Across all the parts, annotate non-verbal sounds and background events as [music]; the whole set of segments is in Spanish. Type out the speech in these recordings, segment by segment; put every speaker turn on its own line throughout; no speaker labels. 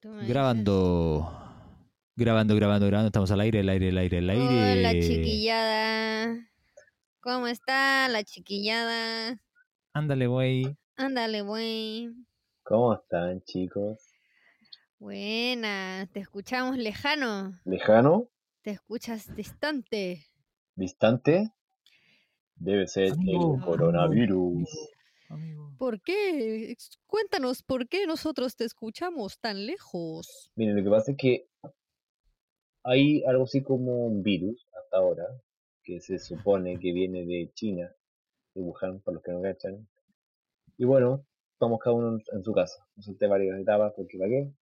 Toma
Grabando. Grabando, grabando, grabando. Estamos al aire, al aire, al aire, al
esa.
aire.
Hola, chiquillada. ¿Cómo está la chiquillada?
Ándale, güey.
Ándale, güey.
¿Cómo están, chicos?
Buena, te escuchamos lejano,
¿Lejano?
te escuchas distante.
¿Distante? Debe ser
Amigo.
el coronavirus.
¿Por qué? Ex- Cuéntanos por qué nosotros te escuchamos tan lejos.
Miren, lo que pasa es que hay algo así como un virus hasta ahora, que se supone que viene de China, de Wuhan, para los que no cachan. Y bueno, estamos cada uno en su casa. No salté varias etapas porque para qué.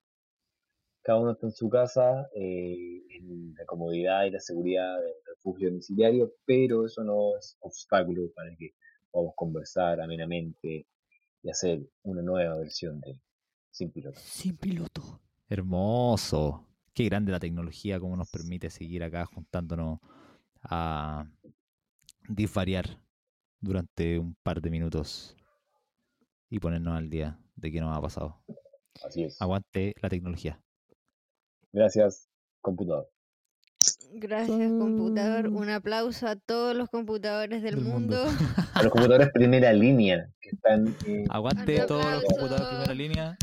Cada uno está en su casa, eh, en la comodidad y la seguridad del refugio domiciliario, pero eso no es obstáculo para que podamos conversar amenamente y hacer una nueva versión de Sin Piloto.
Sin piloto.
Hermoso. Qué grande la tecnología, cómo nos permite seguir acá juntándonos a disvariar durante un par de minutos y ponernos al día de qué nos ha pasado.
Así es.
Aguante la tecnología.
Gracias, computador.
Gracias, computador. Un aplauso a todos los computadores del,
Mm. Del mundo.
mundo.
A los computadores [laughs] primera línea que están. eh,
Aguante
Un
todos los
aplauso.
computadores de primera línea.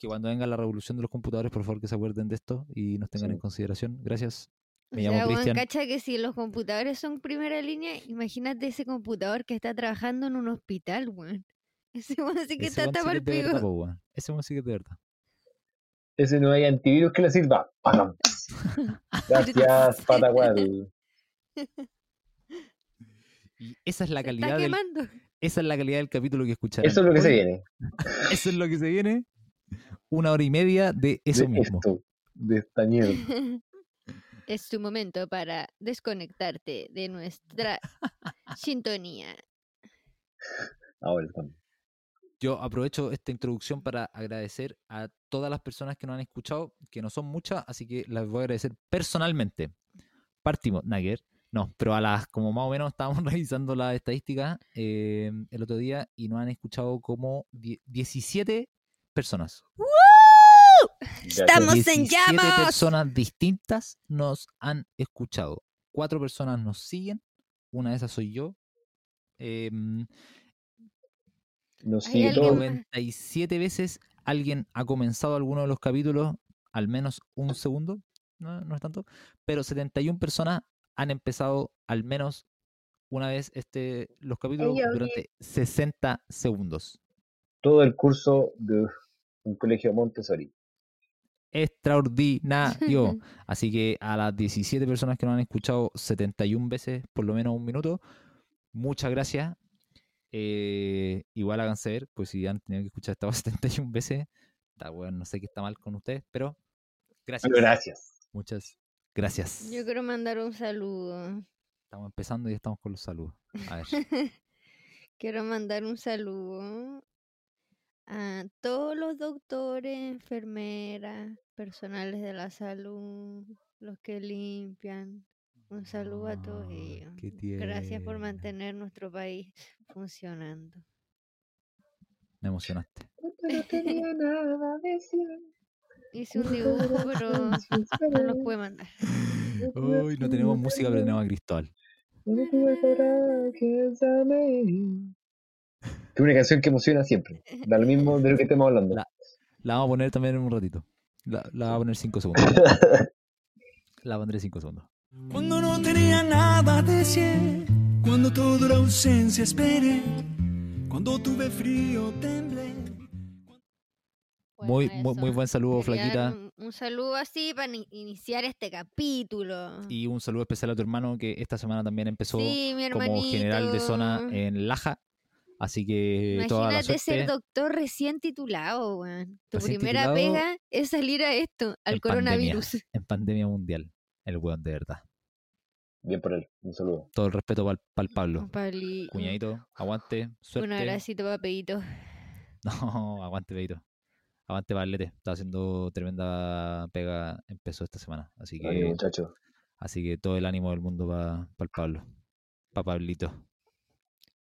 Que cuando venga la revolución de los computadores, por favor que se acuerden de esto y nos tengan
Sí.
en consideración. Gracias.
O
Me llamo
sea, weón,
Cristian.
cacha que si los computadores son primera línea, imagínate ese computador que está trabajando en un hospital, weón. [laughs] Ese weón sí que
Ese
está
weón sí
tapado
que
el
es de verdad,
pico.
po, weón. Ese weón sí que es de verdad.
ese no hay antivirus que le sirva. ¡Pam! Gracias, Patagual.
Y esa es la
Se está
calidad del,
quemando.
esa es la calidad del capítulo que escucharán.
Eso es lo que se
hoy.
viene.
Eso es lo que se viene. Una hora y media de eso
de
mismo.
esto, de esta mierda.
[laughs] Es tu momento para desconectarte de
[laughs]
nuestra sintonía.
Ahora estamos.
Yo aprovecho esta introducción para agradecer a todas las personas que nos han escuchado, que no son muchas, así que las voy a agradecer personalmente. Partimos, Nagger. No, pero a las, como más o menos estábamos [laughs] revisando las estadísticas eh, el otro día y nos han escuchado como die- 17 personas.
Estamos- ¡Nos
17
llamas!
personas distintas nos han escuchado. Cuatro personas nos siguen. Una de esas soy yo. Em,
Nos
Hay
sigue
alguien
todo.
más.
97 veces alguien ha comenzado alguno de los capítulos, al menos un segundo, no, no es tanto, pero 71 personas han empezado al menos una vez este, los capítulos
alguien.
durante 60 segundos.
todo el curso de un colegio Montessori.
Extraordinario. Así que a las 17 personas que nos han escuchado 71 veces, por lo menos un minuto, muchas gracias. Eh, igual háganse ver, pues si han tenido que escuchar esta [laughs] voz 71 veces, está bueno, no sé qué está mal con ustedes, pero gracias.
Pero gracias.
Muchas gracias.
Yo quiero mandar un saludo.
Estamos empezando y ya estamos con los saludos.
[laughs]
A ver,
Quiero mandar un saludo a todos los doctores, enfermeras, personales de la salud, los que limpian. Un saludo a todos
Ay,
ellos.
Ah, qué
Gracias por
tierno.
mantener nuestro país funcionando.
me emocionaste.
No
[laughs]
tenía nada de cien,
Hice un dibujo, pero no los pude mandar.
Uy, no tenemos música, pero tenemos a Cristóbal.
no tuve coraje, te
[laughs]
amé. Que una canción que emociona siempre. Da lo mismo de lo que estemos hablando.
La- La vamos a poner también en un ratito. La, la vamos a poner
[laughs]
5 segundos. La pondré 5 segundos.
Cuando no tenía nada de cien, cuando toda la ausencia esperé, cuando tuve frío temblé.
Muy,
Bueno,
muy, muy
eso.
buen saludo,
Quería dar
Flaquita.
Un, un saludo así para ni- iniciar este capítulo.
Y un saludo especial a tu hermano que esta semana también empezó
sí, mi hermanito.
como general de zona en Laja. Así que eh, toda la
Imagínate
suerte.
ser doctor recién titulado, weón. Tu
Recién
primera
titulado
pega es salir a esto, al
en
coronavirus. [laughs]
En pandemia mundial. El weón de verdad.
Bien por él. Un saludo.
Todo el respeto para el Pablo.
Un pali- un-
Cuñadito, aguante,
Un
suerte.
abracito, papito.
[laughs] No, aguante, Pedito. Aguante, Barlete. Está haciendo tremenda pega. Empezó esta semana. Así
Ánimo,
que,
muchachos.
así que todo el ánimo del mundo para el Pablo. Para Pablito.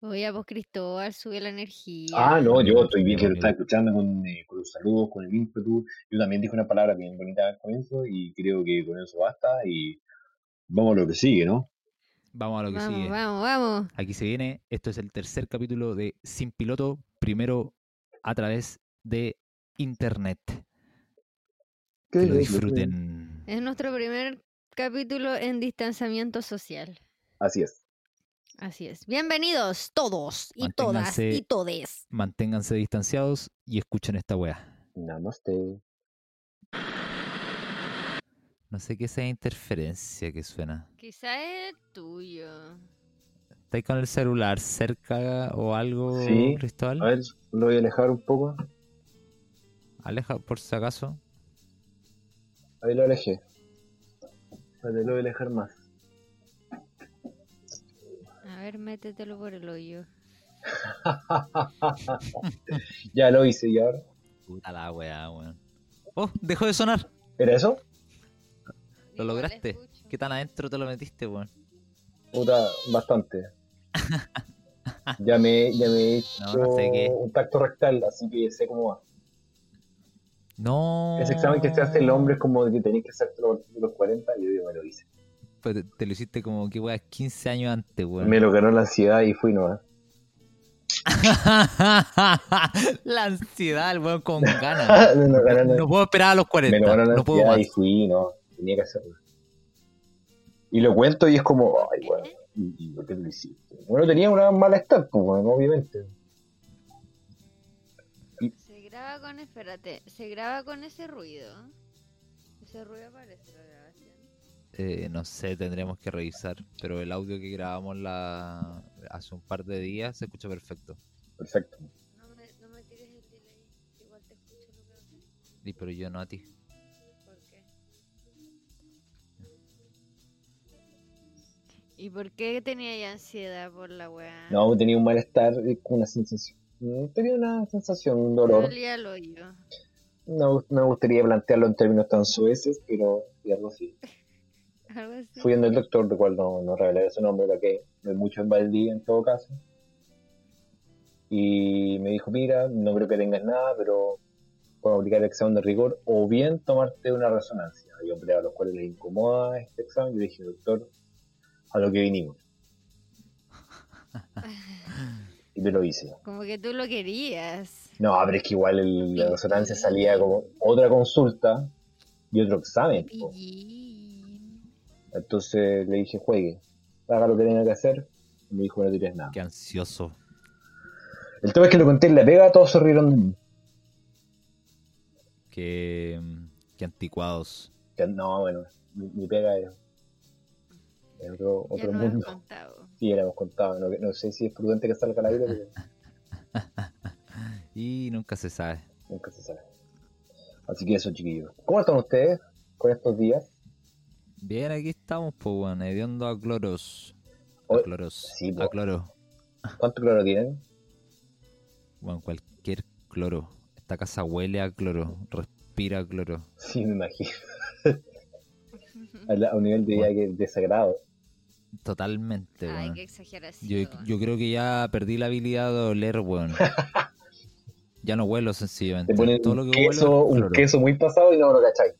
Oye, a vos, Cristóbal, sube la energía.
Ah, no, yo estoy bien que lo
Ok.
estaba escuchando con, eh, con los saludos, con el ímpetu. Yo también dije una palabra bien bonita al comienzo y creo que con eso basta y vamos a lo que sigue, ¿no?
Vamos a lo que
vamos,
sigue.
vamos, vamos.
Aquí se viene. Esto es el tercer capítulo de Sin Piloto, primero a través de Internet. Que lo disfruten.
Es nuestro primer capítulo en distanciamiento social.
Así es.
Así es. Bienvenidos todos y todas
Manténganse-
y todes.
Manténganse distanciados y escuchen esta weá.
Namaste.
No sé qué sea interferencia que suena.
Quizá es tuyo.
¿Estáis con el celular cerca o algo,
Sí.
Cristóbal?
A ver, lo voy a alejar un poco.
Aleja, por si acaso.
Ahí lo alejé. Espérate, lo voy a alejar más.
A ver, métetelo por el hoyo.
Ya lo hice y ahora.
Puta la weá, weón. Oh, dejó de sonar.
¿Era eso?
Lo lograste. ¿Qué tan adentro te lo metiste, weón?
Puta, bastante.
[laughs]
Ya me, ya me he hecho
No, no sé qué.
un tacto rectal, así que sé cómo va.
No.
Ese examen que se hace el hombre es como de que tenés que hacértelo a partir de los 40 y yo digo, me lo hice.
Pues te, te lo hiciste como que weá, 15 años antes, weón.
Me lo ganó la ansiedad y fui nomás.
[laughs] la ansiedad, el weón, con ganas.
me lo ganó la,
[laughs] No puedo esperar a los
me lo
40.
ganó la
No puedo
ansiedad
más.
y fui, no, tenía que hacerlo. Y lo cuento y es como, ay, bueno, ¿y, y por qué lo hiciste? Bueno, tenía una mala estar, pues, bueno, obviamente.
Se graba con, espérate, se graba con ese ruido. Ese ruido aparece en la grabación.
Eh, no sé, tendríamos que revisar. Pero el audio que grabamos la... hace un par de días se escucha perfecto.
Perfecto.
No me, no me tires el delay, igual te escucho lo que haces.
Y, pero yo no a ti.
¿Por qué? ¿Y por qué tenía ya ansiedad por la weá?
No, tenía un malestar, eh, con una sensación. mm, Tenía una sensación, un
Me
dolor.
dolía el hoyo.
No, no me gustaría plantearlo en términos tan sueces, pero sí, algo así.
Algo así.
Fui en el doctor, de cual no, no revelaré su nombre, la que no hay mucho en Valdivia en todo caso. Y me dijo, mira, no creo que tengas nada, pero puedo aplicar el examen de rigor o bien tomarte una resonancia. Hay hombres a los cuales les incomoda este examen. Yo le dije, doctor, a lo que vinimos. y me lo hice.
Como que tú lo querías.
No, ah, pero es que igual el- la
Sí.
resonancia salía como otra consulta y otro examen. po.
Pillín.
Entonces le dije, juegue, haga lo que tenga que hacer. Y me dijo, no tires nada.
Qué ansioso.
El tema es que lo conté en la pega, todos se rieron de mí.
Qué, mm, qué anticuados.
Que No, bueno, mi, mi pega es, es otro,
Ya
otro
no has
mundo.
contado.
Sí, ya lo hemos contado. No, no sé si es prudente que salga al aire, pero
Y nunca se sabe.
nunca se sabe. Así que eso, chiquillos. ¿Cómo están ustedes con estos días?
Bien, aquí estamos, pues, weón. Hediondo a cloros. A
Hoy-
cloros.
sí, po.
a cloro.
¿Cuánto cloro tienen? [laughs]
Bueno, cualquier cloro. Esta casa huele a cloro. Respira a cloro.
Sí, me imagino. a, la- a un nivel de, ya que desagrado.
Totalmente,
Ay,
weón.
qué exageración.
Yo, yo creo que ya perdí la habilidad de oler, weón. ya no huelo sencillamente.
Te ponen
Todo lo
un
que huelo es
queso, un
cloro.
queso muy pasado y no lo cacháis.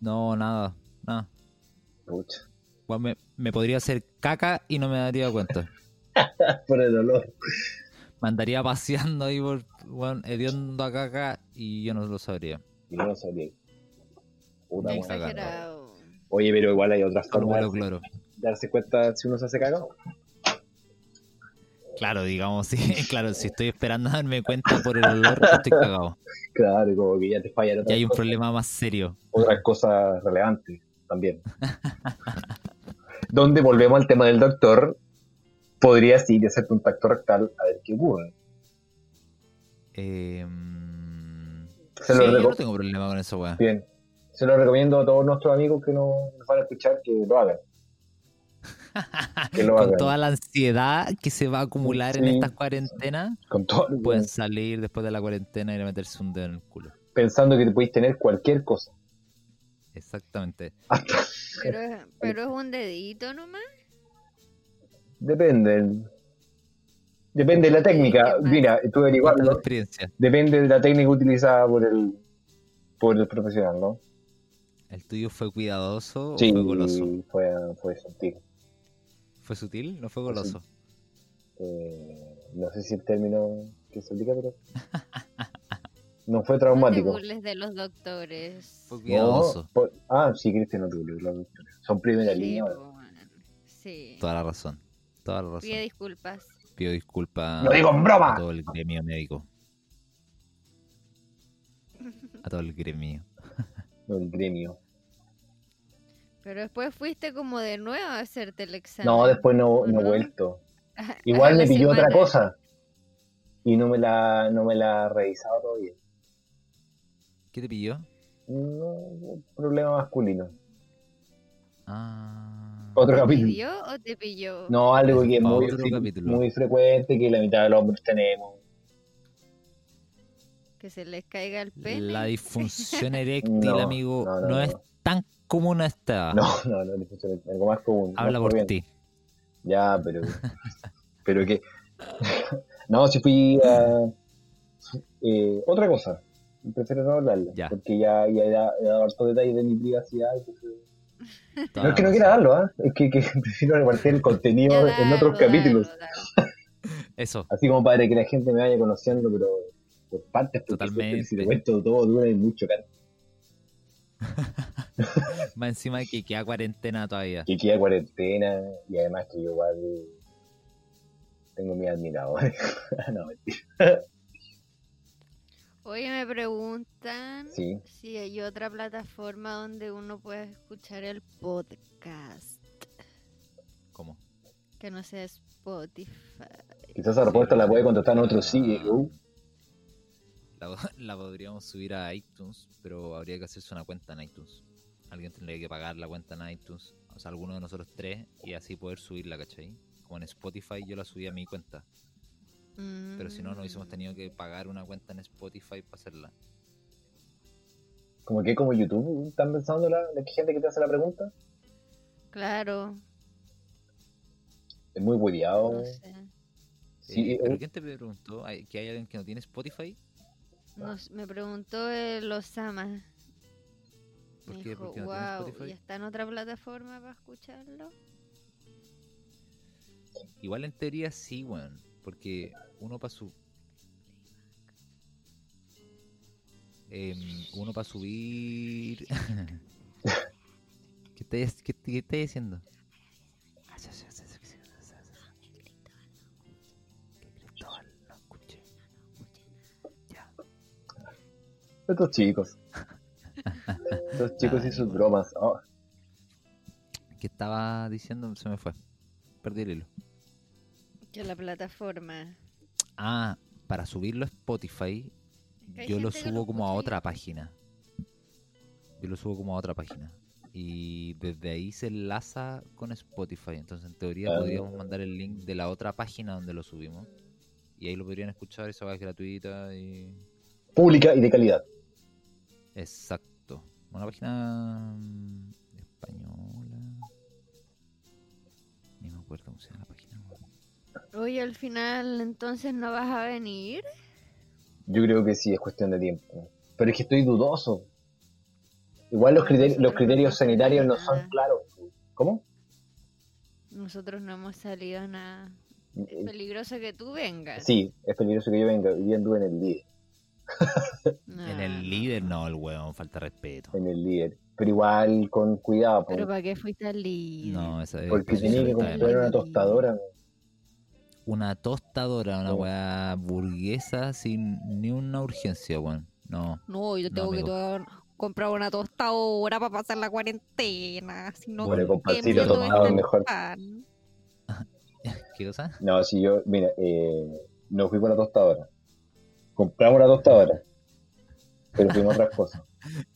No, nada. Nada.
Pucha,
Weón, me, me podría hacer caca y no me daría
[laughs]
cuenta.
por el olor.
me andaría paseando ahí por weón, hediondo a caca y yo no lo sabría.
Y no lo sabía. Puta,
Qué
Vamos a
weón.
exagerado.
Oye, pero igual hay otras
Solo
formas de
huelo
darse-
cloro.
darse cuenta si uno se hace cagado.
Claro, digamos, [laughs] sí, claro, si estoy esperando a darme cuenta por el olor, estoy cagado.
Claro, como que ya te fallan
Ya
otras,
hay un
cosas,
problema más serio.
otras cosas relevantes
[laughs]
también. Donde volvemos al tema del doctor, podría sí de hacer contacto rectal a ver qué ocurre.
Eh, mm,
Se
sí,
lo
yo
reco-
no tengo problema con eso, weón.
Bien. Se lo recomiendo a todos nuestros amigos que nos, nos van a escuchar que
[laughs]
lo hagan. Que lo
Con
hagan.
toda la ansiedad que se va a acumular en
Sí.
estas cuarentenas,
Con todo-
pueden salir después de la cuarentena y ir a meterse un dedo en el culo.
Pensando que te podéis tener cualquier cosa.
Exactamente.
Pero, es- pero es un dedito nomás.
Depende. Depende de la técnica.
Qué mal.
Mira, tú
¿Cuánta es la
averiguando.
experiencia?
Depende de la técnica utilizada por el, por el profesional, ¿no?
¿El tuyo fue cuidadoso
Sí,
o fue goloso?
fue, fue sutil.
¿Fue sutil? ¿No fue goloso?
Eh, no sé si el término que se aplica, pero. No fue
No te
traumático.
burles de los doctores.
Fue
No,
cuidadoso.
por- ah, sí, Cristian, no te burles, los doctores. Son primera
Sí,
línea. ahora.
po, man. pues, Sí.
Toda la razón. Toda la razón.
Pide disculpas.
Pido disculpas
Lo digo en
a
broma.
todo el gremio médico. A todo el gremio.
No, el gremio.
Pero después fuiste como de nuevo a hacerte el examen.
No, después no,
¿O
no he
no?
vuelto.
[laughs] A- a
Igual
la
me pilló otra
semana.
cosa. Y no me la, no me la ha revisado todavía.
¿Qué te pilló?
No, un problema masculino.
Ah.
Otro
¿Te
capítulo.
pidió o te pilló?
No, algo que es muy,
Otro
fre-
capítulo.
muy frecuente, que la mitad de los hombres tenemos.
Que se les caiga el pelo.
La disfunción eréctil,
No,
amigo,
no,
no,
no,
es
no.
tan común hasta.
No, [laughs] no, no, disfunción eréctil, algo más común.
Ah. Habla
más
por
corriente.
ti.
Ya, pero.
[laughs]
pero que. [laughs] no, si fui a. eh, otra cosa. Prefiero no hablarlo.
Ya.
Porque ya, ya he da- he dado hartos detalles de mi privacidad. entonces-
Toda
No
la
es que no quiera
razón.
darlo, ¿ah? es que, [laughs] que prefiero repartir el
Ya,
contenido en
dalo,
otros
dalo,
capítulos.
dalo.
Eso.
Así como para que la gente me vaya conociendo, pero por partes, porque
Totalmente.
siento que Si lo cuento todo, dura y mucho, cara.
Más encima de que queda cuarentena todavía.
Que queda cuarentena y además que yo igual tengo mis admiradores. [laughs] no, mentira.
Hoy me preguntan
Sí.
si hay otra plataforma donde uno puede escuchar el podcast.
¿Cómo?
Que no sea Spotify.
Quizás esa respuesta la puede contestar otro CEO.
La, [laughs] la podríamos subir a iTunes, pero habría que hacerse una cuenta en iTunes. Alguien tendría que pagar la cuenta en iTunes, o sea, alguno de nosotros tres, y así poder subirla, ¿cachai? Como en Spotify yo la subí a mi cuenta, pero si no, no hubiésemos
Mm.
tenido que pagar una cuenta en Spotify para hacerla.
Como que como YouTube, ¿están pensando la, la gente que te hace la pregunta?
Mm, Claro,
Es muy
no
hueviado.
sé.
Sí,
Eh, ¿Pero
eh,
quién te preguntó? ¿Hay- ¿Que hay alguien que no tiene Spotify?
Nos- me preguntó el Osama.
¿Por
me
qué?
dijo,
¿Por qué no tiene
wow,
Spotify?
¿y está en otra plataforma para escucharlo?
Igual en teoría sí, weón, porque uno para su... Em, uno para subir... [laughs] ¿Qué estáis qué, qué estáis haciendo?
Estos chicos. Estos chicos y sus bromas. Oh,
¿Qué estaba diciendo? Se me fue. Perdí el hilo.
Que la plataforma.
Ah, para subirlo a Spotify,
que hay
yo lo
gente que
subo
lo
como a
escucha
otra
y-
página. Yo lo subo como a otra página. Y desde ahí se enlaza con Spotify. Entonces, en teoría,
Ah.
podríamos mandar el link de la otra página donde lo subimos. Y ahí lo podrían escuchar. Esa va es gratuita. Y...
pública y de calidad.
Exacto. Una página mm, española. Ni me acuerdo cómo se llama la página. weón.
Oye, al final, entonces no vas a venir.
Yo creo que sí, es cuestión de tiempo. Pero es que estoy dudoso. Igual los, criteri- los criterios sanitarios no son claros. ¿Cómo?
Nosotros no hemos salido a nada. Es
Eh,
peligroso que tú vengas.
Sí, es peligroso que yo venga. Hoy día anduve en el líder.
No,
En el
no.
líder, no, el weón. Falta respeto.
En el líder. Pero igual con cuidado, po,
Pero ¿para qué fuiste al líder?
No, esa es
porque
pues,
tenía
eso
que
está de
en
comprar
el
una
líder.
tostadora.
una tostadora, una
Oh.
weá burguesa sin ni una urgencia, weón. No,
No, yo
No,
tengo que
amigo.
to- comprar una tostadora para pasar la cuarentena. Si no,
Bueno,
¿qué
compadcito,
mierda
tostado
es el
mejor.
pan?
¿qué cosa? [laughs]
No, si yo, mira, eh, no fui por la tostadora. Compramos la tostadora. Pero fuimos otras cosas.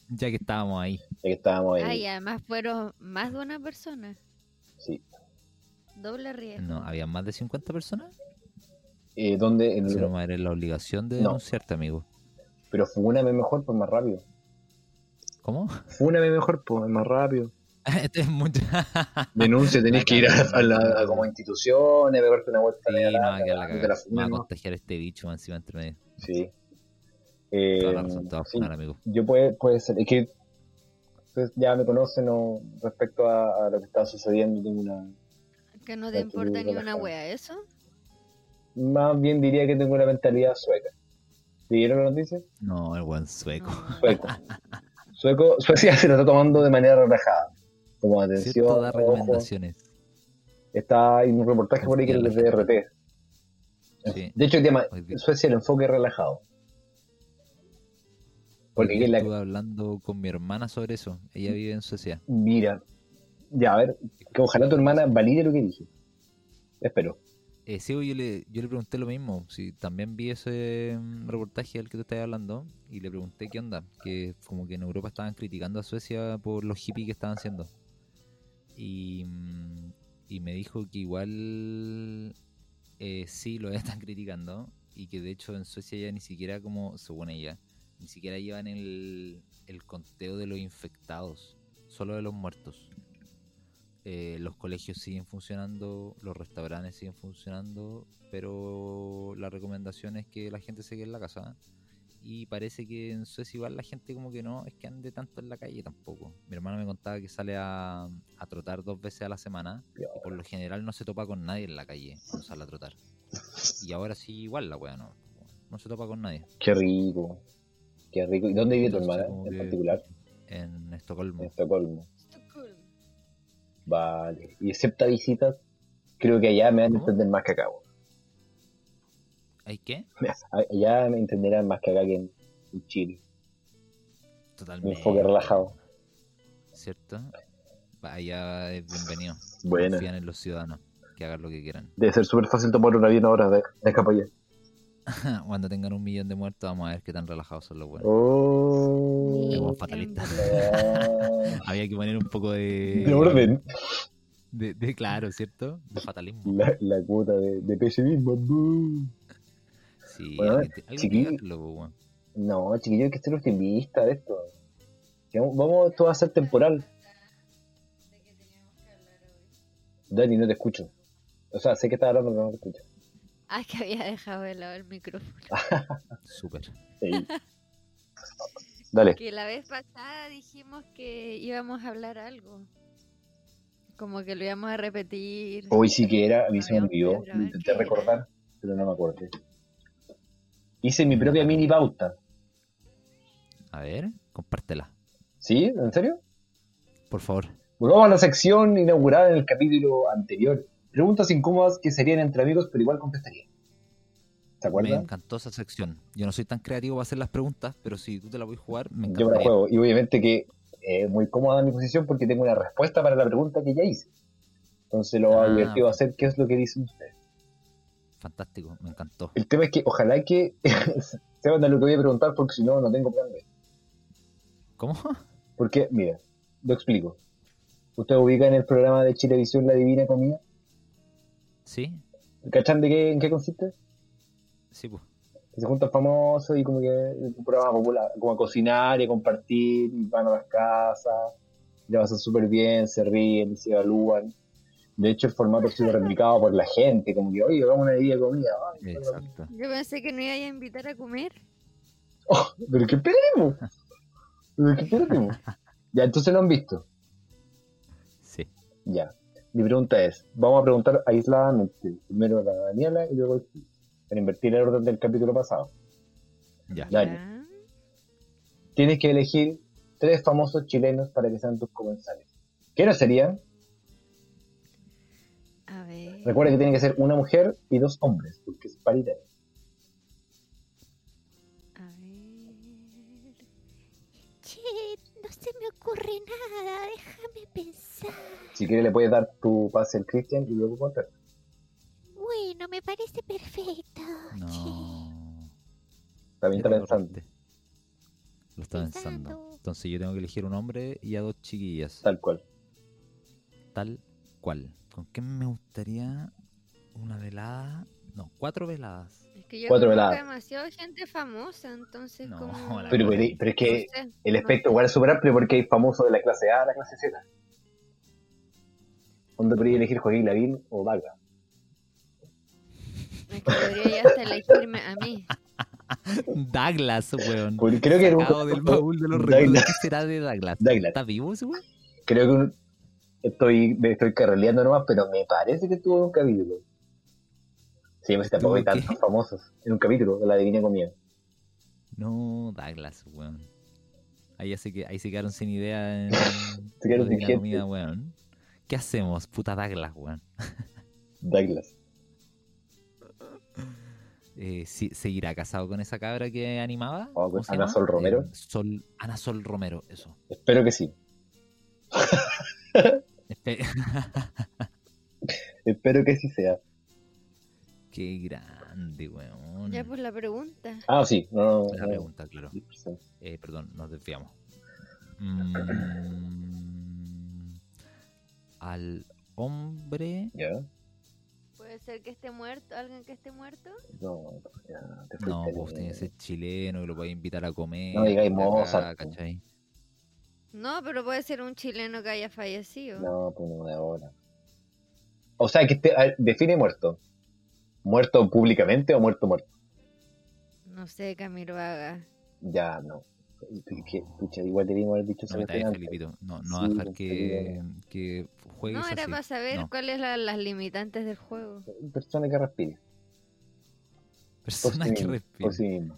Ya que estábamos ahí.
Ya que estábamos ahí.
Ay, además fueron más de una persona.
Sí.
Doble riesgo.
No, había más de 50 personas.
Eh, ¿Dónde? En el-
Si no, madre, la obligación de
No.
denunciarte, amigo.
Pero fúname mejor, pues más rápido.
¿Cómo? [laughs]
Fúname mejor, pues más rápido.
Este es mucho. [laughs]
Denuncia, tenés que ir a, a la- a como
Sí,
instituciones, pegarte una vuelta.
no,
legal,
va a quedar la
te
cagada. Me va
funan,
a
¿no?
contagiar este bicho encima entre medio.
Sí.
Toda
Eh,
la razón, te va a
sí,
funar, amigo.
yo puede, puede ser, es que ustedes ya me conocen ¿no? respecto a, a lo que está sucediendo, tengo una,
Que no te
Aquí
importa ni una
relajado.
wea eso.
más bien diría que tengo una mentalidad sueca. ¿Vieron la noticia?
No, el buen
[laughs]
sueco.
No.
Sueco. Sueco, [laughs] Suecia se lo está tomando de manera relajada. Como atención,
Cierto, da
ojo.
recomendaciones.
está hay un reportaje por ahí que es de DRT. [laughs]
Sí.
De hecho, el tema
Hoy día.
Suecia el enfoque relajado. Porque
Porque
es la- ¿Mm?
estuve hablando con mi hermana sobre eso. Ella vive en Suecia.
Mira, ya a ver, que ojalá tu hermana valide lo que dije. Espero.
Eh, sí, yo le, yo le pregunté lo mismo. Si también vi ese mm, reportaje del que tú estás hablando y le pregunté qué onda. Que como que en Europa estaban criticando a Suecia por los hippies que estaban haciendo. Y, mm, y me dijo que igual eh, sí lo [laughs] están criticando y que de hecho en Suecia ya ni siquiera, como según ella, ni siquiera llevan el, el conteo de los infectados, solo de los muertos. Eh, los colegios siguen funcionando, los restaurantes siguen funcionando, pero la recomendación es que la gente se quede en la casa. ¿eh? Y parece que en Suecia igual la gente como que no es que ande tanto en la calle tampoco. Mi hermano me contaba que sale a, a trotar dos veces a la semana y por lo general no se topa con nadie en la calle cuando sale a trotar. Y ahora sí igual la wea no, no se topa con nadie.
Qué rico. Qué rico. ¿Y dónde vive tu
Entonces,
hermana
como
en
que
particular?
En
En
Estocolmo.
Estocolmo.
Estocolmo.
Vale. Y acepta visitas. Creo que allá me van a
¿Cómo?
entender más que acá. weón.
¿Hay qué?
Allá me entenderán más que acá que en en Chile. Un
Totalmente.
enfoque relajado.
¿Cierto? Allá es bienvenido.
Buena.
Confían en los ciudadanos, que hagan lo que quieran. [laughs]
Debe ser súper fácil tomar un avión ahora de, de acá para allá.
Cuando tengan un millón de muertos, vamos a ver qué tan relajados son los buenos.
[laughs] Oh.
Qué
Ni
buen fatalista.
tan-
Había que poner un poco de.
De orden.
De, de- claro, ¿cierto? De fatalismo.
La, la cuota de, de pesimismo. Bú.
Sí,
Bueno,
alguien te- alguien
chiquillo.
que haga lo, po, weón.
No, chiquillo, hay que ser optimista de esto. Que vamos- Vamos, esto va a ser temporal. Dani, no te escucho. O sea, sé que estás hablando, pero no te escucho.
Ah, que había dejado de lado el micrófono.
Súper.
Ey. Dale.
Que la vez pasada dijimos que íbamos a hablar algo. Como que lo íbamos a repetir.
Hoy sí que era, a mí se me olvidó. Lo intenté recordar, pero no me acuerdo. Hice mi propia mini pauta.
A ver, compártela.
¿Sí? ¿En serio?
Por favor.
Volvamos a la sección inaugurada en el capítulo anterior. Preguntas incómodas que serían entre amigos, pero igual contestaría. ¿Se
Me
acuerdan?
encantó esa sección. Yo no soy tan creativo para hacer las preguntas, pero si tú te la voy a jugar, me
Yo me la
encantaría.
juego. Y obviamente que eh, es muy cómoda mi posición porque tengo una respuesta para la pregunta que ya hice. Entonces lo
Ah.
divertido va a ser qué es lo que dicen ustedes.
Fantástico, me encantó.
El tema es que ojalá que [laughs] sepan de lo que voy a preguntar porque si no, no tengo plan B.
¿Cómo? [laughs]
Porque, mira, lo explico. Ustedes ubican el programa de Chilevisión La Divina Comida.
¿Sí?
¿Cachan de qué, en qué consiste?
Sí, pues.
Que se juntan famosos y como que es un programa popular, como a cocinar y a compartir, y van a las casas, y la pasan súper bien, se ríen, se evalúan. De hecho, el formato ha sido replicado por la gente, como que, oye, vamos a una bebida de comida. ay, qué rico".
Exacto.
Yo pensé que no iba a invitar a comer.
Oh, pero qué esperemos. Pero qué esperemos. ya, entonces lo han visto.
Sí.
Ya. Mi pregunta es, vamos a preguntar aisladamente, primero a la Daniela y luego a ti, para invertir el orden del capítulo pasado.
Ya.
Dale.
Ya.
tienes que elegir tres famosos chilenos para que sean tus comensales. ¿Qué no serían?
A ver.
Recuerda que tiene que ser una mujer y dos hombres, porque es paritario.
A ver. Che, no se me ocurre nada, déjame pensar.
Si quieres le puedes dar tu pase al Christian y luego contar.
Bueno, me parece perfecto.
No.
También está
Era lo
pensando,
correcto. Lo está pensando.
Pensando.
Entonces yo tengo que elegir un hombre y a dos chiquillas. Tal,
tal cual.
cual. ¿Con qué me gustaría una velada? No, cuatro
[laughs]
veladas.
Es que yo
Cuatro
conozco
veladas.
demasiado gente famosa, entonces
No,
como...
la
Pero,
verdad.
pero- pero es
no
que
sé,
el
no
espectro igual es súper amplio porque hay famosos de la clase A a la clase Z. ¿Dónde podría elegir Joaquín Lavín o Vaga?
Es que podría ya hasta elegirme a mí.
Douglas, weón.
Porque creo que era un
Sacado del baúl
[laughs]
de los
Douglas.
recuerdos. ¿Qué será de Douglas?
Douglas.
¿Está vivo ese weón?
Creo que un- estoy, me estoy carroleando nomás, pero me parece que tuvo un capítulo. Sí, me sé tampoco hay
¿Tuvo qué?
tantos famosos. En un capítulo, de la Divina Comida.
No, Douglas, weón. Ahí, ya se, que- ahí se quedaron sin idea en
[laughs] Se quedaron
en
sin
la
gente.
comida, weón. ¿Qué hacemos? Puta Douglas, weón.
Douglas.
Eh, sí, ¿Seguirá casado con esa cabra que animaba?
Oh,
¿Cómo se
Ana
llama?
Sol Romero.
Eh, Sol, Ana Sol Romero, eso.
Espero que sí.
Espe- [laughs]
Espero que sí sea.
Qué grande, weón.
Ya pues la pregunta.
Ah, sí. No, no,
La
no.
pregunta, claro. Eh, perdón, nos desviamos. Mm, al hombre.
¿Ya?
Puede ser que esté muerto, alguien que esté muerto.
No, ya, te fuiste.
No, vos tenés que ser chileno que lo podés invitar a comer.
Este, No digáis
que te haga,
Mozart, po.
¿cachai?
No, pero puede ser un chileno que haya fallecido.
No, pues no de ahora. O sea, que este, a ver, define muerto. ¿Muerto públicamente o muerto muerto?
No sé, Camilo Vaga.
Ya, no. Es que, pucha, igual debimos haber dicho
No me
esa cuestión
traigas,
antes.
Felipito. No, no
Sí,
dejar
pues,
que, que juegues
No, era
así.
para saber
No.
cuáles eran las limitantes del juego.
Persona que respire. Por sí
Persona que
mismo.
respira.
por sí mismo.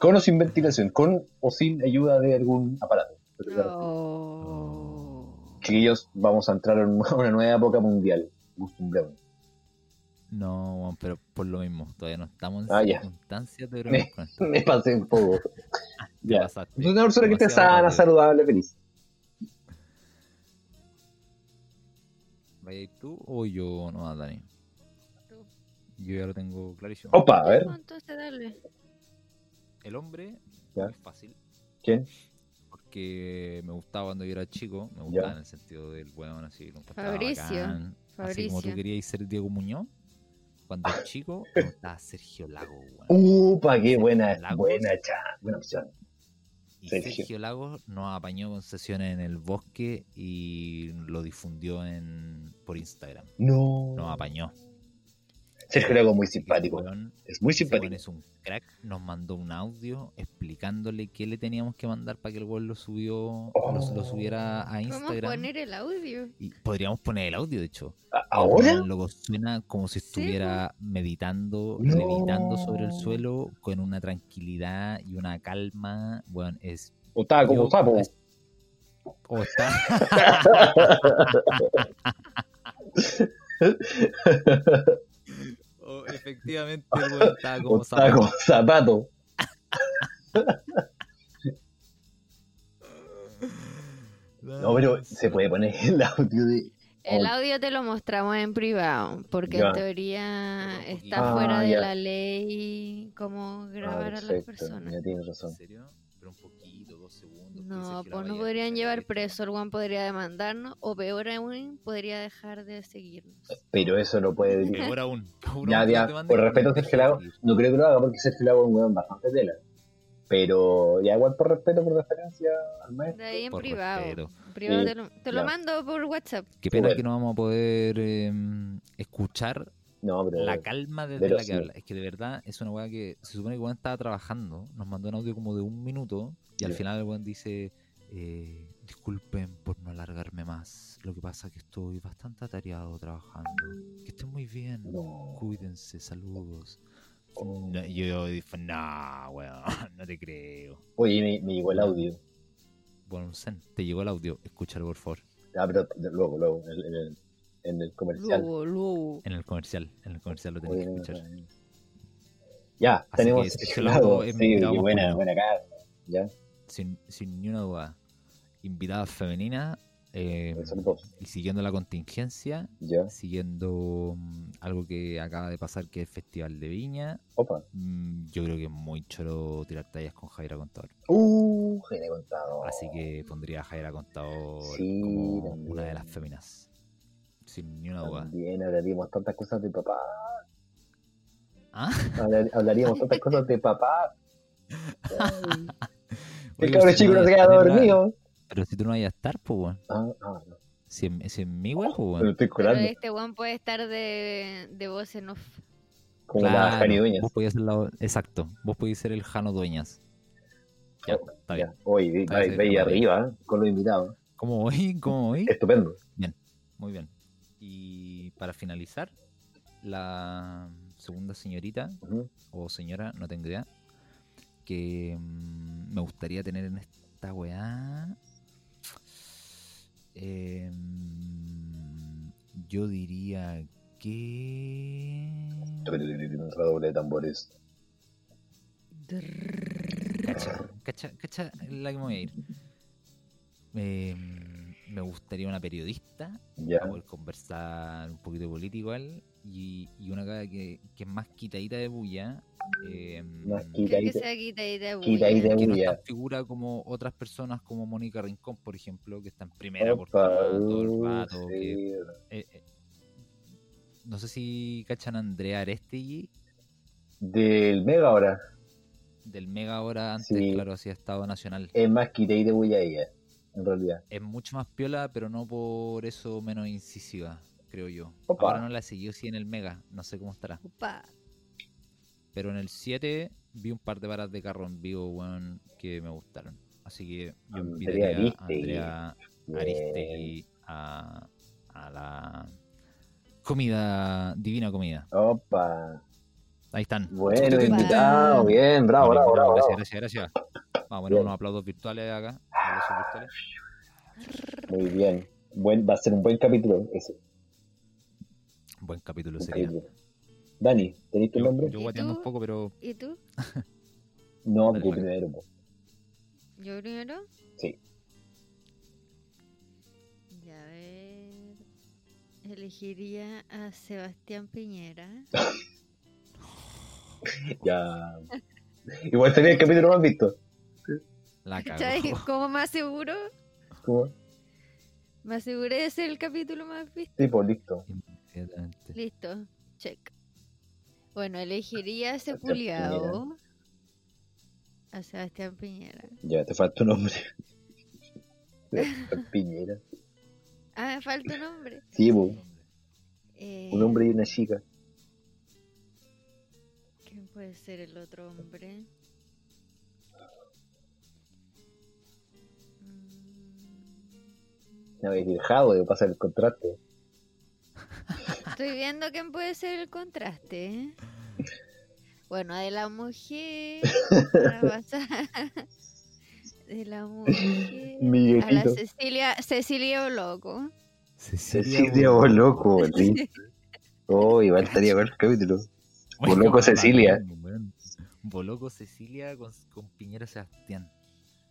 Con o sin ventilación, con o sin ayuda de algún aparato. Pero claro,
No.
Chiquillos, vamos a entrar en [laughs] una nueva época mundial. Acostumbremos.
No, weón, pero por lo mismo. Todavía no estamos en
Ah, ya.
circunstancias de broma con esto.
[laughs] Me pasé un [laughs] poco.
Te
ya.
pasaste.
Es una persona que esté
Demasiado
sana,
rápido.
saludable, feliz.
¿Vaya a ir tú o yo? No, Dani.
Tú.
Yo ya lo tengo clarísimo.
Opa, a ver.
No, Entonces dale.
El hombre,
Ya.
muy fácil.
¿Quién?
Porque me gustaba cuando yo era chico. Me
Ya.
gustaba en el sentido del weón, así. Lo encontraba
Fabricio,
bacán. Así como tú
Fabricio.
querías ser Diego Muñoz. Cuando era chico, me gustaba Sergio Lago, weón.
Uh, Upa, qué buena,
Lagos.
buena, cha, buena opción.
Y
Sergio.
Sergio. Lagos nos apañó con sesiones en el bosque y lo difundió en por Instagram.
No.
Nos apañó.
Sergio Lago es muy
Así que ese
simpático.
weón-
Es muy
ese weón
simpático.
es un crack. Nos mandó un audio explicándole qué le teníamos que mandar para que el weón lo subió, lo,
Oh.
lo subiera a
Vamos a
Instagram.
poner el audio.
Y podríamos poner el audio, de hecho.
¿A-
El
¿Ahora?
weón Luego suena como si estuviera meditando,
No.
levitando sobre el suelo con una tranquilidad y una calma. Bueno, es
¿O estaba como
yo-
sapo?
es- o
[laughs]
está- O Oh, efectivamente, el weón estaba
¿O
como
estaba
sapo.
como [laughs] zapato? No, pero se puede poner el audio de.
El
Oh.
audio te lo mostramos en privado, porque
Ya.
en teoría
Pero un
está
poquito.
fuera
Ah,
de
ya.
la ley cómo grabar a las personas.
Ya tienes
¿En
razón.
serio? Pero un poquito, dos segundos. que
No,
Sergio
pues
Lavalle
nos podrían
escuche
llevar
esto.
preso, el Juan podría demandarnos, o peor aún, podría dejar de seguirnos.
Pero eso no puede.
Peor aún. [laughs] peor
ya,
aún,
ya.
no te manden
Por
con
respeto a
el
Sergio Lago,
teléfono.
no creo que lo haga porque Sergio Lago es un weón bastante tela. Pero ya, igual por respeto, por referencia al maestro.
De ahí en
Por
privado.
respeto.
En privado
Sí,
te lo, te lo
ya.
mando por WhatsApp.
Qué pena
Bueno.
que no vamos a poder eh, escuchar
No, pero.
la calma desde la que
Velocidad.
habla. Es que de verdad es una weá que se supone que Juan estaba trabajando, nos mandó un audio como de un minuto y al
Ya.
final el Juan dice, eh, disculpen por no alargarme más, lo que pasa es que estoy bastante atareado trabajando, que estén muy bien,
No.
cuídense, saludos.
Oh.
No, y yo dije, nah, weón, [laughs] no te creo.
Oye, me, me llegó el audio.
Bueno, Sen, te llegó el audio, escúchalo por favor,
Ah, pero luego, luego, en el, en el- en el comercial.
Luego, luego.
en el comercial, en el comercial lo tenés
Oye,
que
no,
escuchar.
no, no. Ya,
que
tenemos
este
Sergio
Lago
Lago.
es
Sí,
mirado
y buena,
masculino.
buena cara. Ya,
sin, sin ni una duda, invitada femenina eh,
son dos.
y siguiendo la contingencia,
pues, Ya,
siguiendo mm, algo que acaba de pasar que es el Festival de Viña,
opa.
mm, yo creo que es muy choro tirar tallas con Jaira Contador.
Uh, Jaime Contador.
Así que pondría a Jaira Contador
Oh. Sí,
como
también.
una de las féminas. Sin ni una duda.
También hablaríamos tantas cosas de papá.
¿Ah?
Hablar- hablaríamos
[laughs]
tantas cosas de papá. Este
Oye,
El cabrón
sin
chico no
duda
se queda
están en la-
dormido.
Pero si tú no vayas a estar, pues, weón.
Ah, ah, no.
Si en, si en mi weón, pues,
Pero
weón.
estoy
Pero
curando.
este one puede estar de, de voz en off.
Como la
Claro,
jaridueña.
Vos podías ser la... Exacto. Vos podías ser el Jano Dueñas. Ya, está bien.
Oh, Ya, hoy, ve,
Está bien,
ve-
está
ve ahí
bien.
arriba, ¿eh? con los invitados.
¿Cómo voy? [laughs] ¿Cómo voy?
Estupendo.
Muy bien. Y para finalizar, la segunda señorita
Ujú.
o señora, no tengo idea, que mm, me gustaría tener en esta weá. Em, yo diría que.
Un redoble de tambores.
Cacha, cacha, cacha la que me voy a ir. Em, me gustaría una periodista
Ya.
para poder conversar un poquito de política igual. Y, y una cara que, que es más quitadita de bulla. em,
Más
Creo que
quitadita.
sea quitadita de
Quitadita de
bulla.
que no es
bulla.
tan figura como otras personas como Mónica Rincón, por ejemplo, que está en primera por
Opa,
todo el
uh,
rato. que-
sí.
eh, eh, no sé si cachan a Andrea Arestegui
Del mega ahora.
del Mega ahora antes,
Sí.
claro, hacía Estado Nacional.
Es más quita y de bulla ella, en realidad.
es mucho más piola, pero no por eso menos incisiva, creo yo.
Opa.
Ahora no la he seguido, sí en el Mega, no sé cómo estará.
Opa.
Pero en el 7 vi un par de varas de carro en vivo, weón, que me gustaron. Así que yo
Andrea
invitaría a
Aristegui.
Andrea
Bien.
Aristegui a, a la comida, divina comida.
Opa.
Ahí están.
Bueno,
Opa.
invitado. Bien, bravo,
Bueno,
bravo, bravo.
gracias,
bravo.
gracias, gracias. Vamos a poner
Bien.
unos aplausos virtuales acá. aplausos virtuales.
Muy bien. Buen, va a ser un buen capítulo ese.
Buen capítulo
un
sería.
capítulo. Dani, ¿tenés tu
Yo,
nombre?
yo
¿Y
guateando
tú?
un poco, pero
¿Y tú?
no,
Dale,
tú
Javi.
primero. po.
¿Yo primero?
Sí.
Ya a ver. Elegiría a Sebastián
[laughs]
Piñera.
Ya. [laughs] Igual sería el capítulo más visto.
la
¿Cachai?
cagó.
¿Cómo más seguro?
¿Cómo?
Me aseguré es el capítulo más visto.
Sí, pues listo.
Inmediatamente.
Listo, check. Bueno, elegiría a ese
Sebastián Piñera.
culiao. A Sebastián Piñera.
Ya, te falta un nombre. Piñera.
Ah, me falta un hombre.
Sí, po.
Eh,
un hombre y una chica.
¿Quién puede ser el otro hombre? Mm,
Me habéis dejado de pasar el contraste.
Estoy viendo quién puede ser el contraste. ¿eh? Bueno, de la mujer. para pasar De la mujer. A la
Miguelito.
Cecilia, Cecilia Loco.
Cecilia o loco, [laughs] sí. Oh, igual estaría bueno el capítulo.
[laughs] Bueno,
Boloco Cecilia.
bueno, bueno. Boloco Cecilia con, con Piñera Sebastián.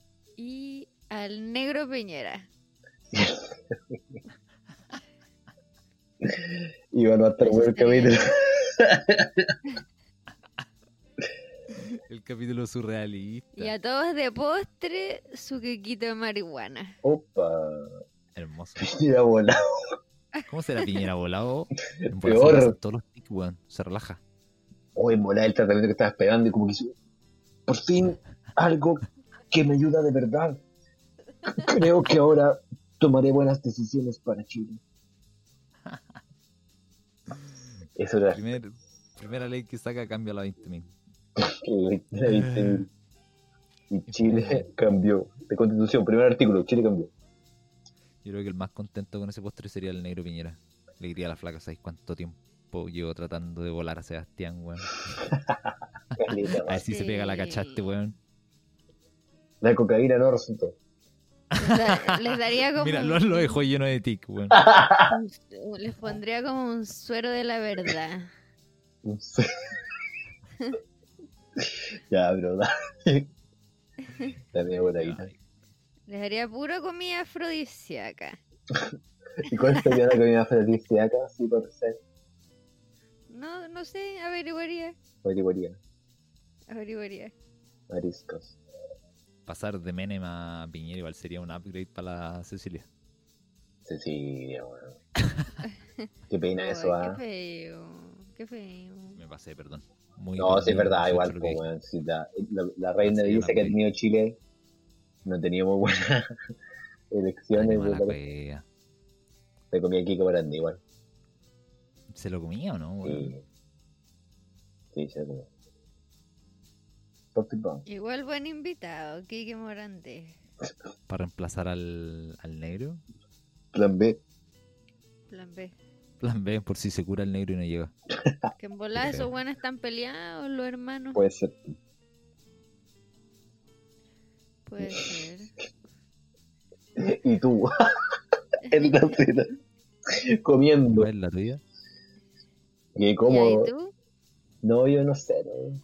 [laughs] Y al negro Piñera.
Igual va a estar bueno el capítulo.
El capítulo surrealista.
Y a todos de postre, su quequito de marihuana.
Opa,
Hermoso.
mira volado.
¿Cómo será Piñera volado? En
Peor.
bola se hacen Todos los tics, weón. Se relaja.
Oh, en volada el tratamiento que estaba esperando y como que hizo, por fin algo que me ayuda de verdad. Creo que ahora tomaré buenas decisiones para Chile. Eso era
Primer- primera ley que saca cambia a la 20.000.
y Chile cambió de constitución, primer artículo, Chile cambió.
Yo creo que el más contento con ese postre sería el negro Piñera. Le diría a la flaca, ¿sabes cuánto tiempo llevo tratando de volar a Sebastián, weón?
Caleta,
A ver si se pega la
Sí.
cachaste, weón.
La cocaína no resultó.
Les, da- les daría como.
Mira,
un-
lo, lo dejó lleno de tic, weón.
un su- les pondría como un suero de la verdad.
[laughs] ya, bro, dale. Dame voladita.
Les daría pura comida afrodisíaca.
¿Y cuál sería la comida feliz de acá? Sí, por ser.
No, no sé, averiguaría.
Averiguaría.
Averiguaría.
Mariscos.
Pasar de Menem a Piñera igual sería un upgrade para la Cecilia.
Cecilia, bueno. Qué pena
Ay,
eso,
Qué
¿ah?
feo. Qué feo.
Me pasé, perdón. Muy
No, sí, es
muy
verdad,
satisfecho
igual,
lo que
pues,
dije.
weón, si la, la- la reina
Sí,
de dice que ha
también.
tenido Chile, no teníamos buena, [laughs] elecciones
Animal
de
a
la-
cueva.
se comía Kiko Baranda igual.
¿Se lo comía o no? weón?
Sí. Sí, se lo comía. Toxic Bomb.
Igual buen invitado, Kike Morante.
Para reemplazar al, al negro. [laughs]
Plan B.
Plan B.
Plan B, por si se cura el negro y no llega.
Que en volada
Ah, Qué feo. Pues,
esos buenos están peleados, los hermanos.
Puede ser. [laughs]
Puede ser.
Y tú. [laughs] en la cena. Comiendo.
¿Cuál es la tuya?
Y
¿Y ahí
como.
tú?
No, yo no sé. no.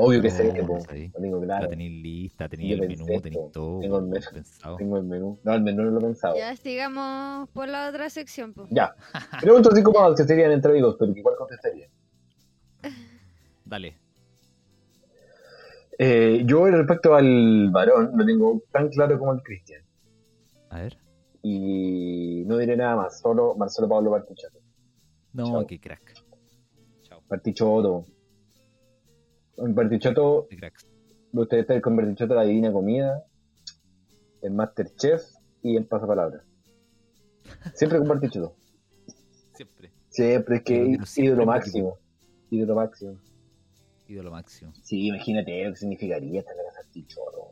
Obvio que
No,
sé, que
no
po.
sé.
Lo tengo
La
claro.
tenéis lista, tenéis
Yo
el
pensé
menú,
esto.
tenéis todo.
Tengo el menú.
pensado.
Tengo el menú. No, el menú no lo he pensado.
Ya sigamos por la otra sección. pues. po.
Ya. Pregunto así como que serían entre amigos, pero que igual contestaría.
Dale.
Eh, yo respecto al varón lo tengo tan claro como el Cristian.
A ver.
Y no diré nada más, solo Marcelo Pablo Partichotto.
No,
Chao.
qué crack. Chao.
Partichotto. Con Partichotto,
Qué crack.
ustedes están con Partichotto la Divina Comida, el Masterchef y el Pasapalabra. Siempre con Partichotto.
Siempre.
Siempre, es
Yo lo
que
quiero siempre
ídolo
en mi
máximo. Ídolo máximo.
Ídolo máximo.
Sí, imagínate lo que significaría tener a Sartichoro.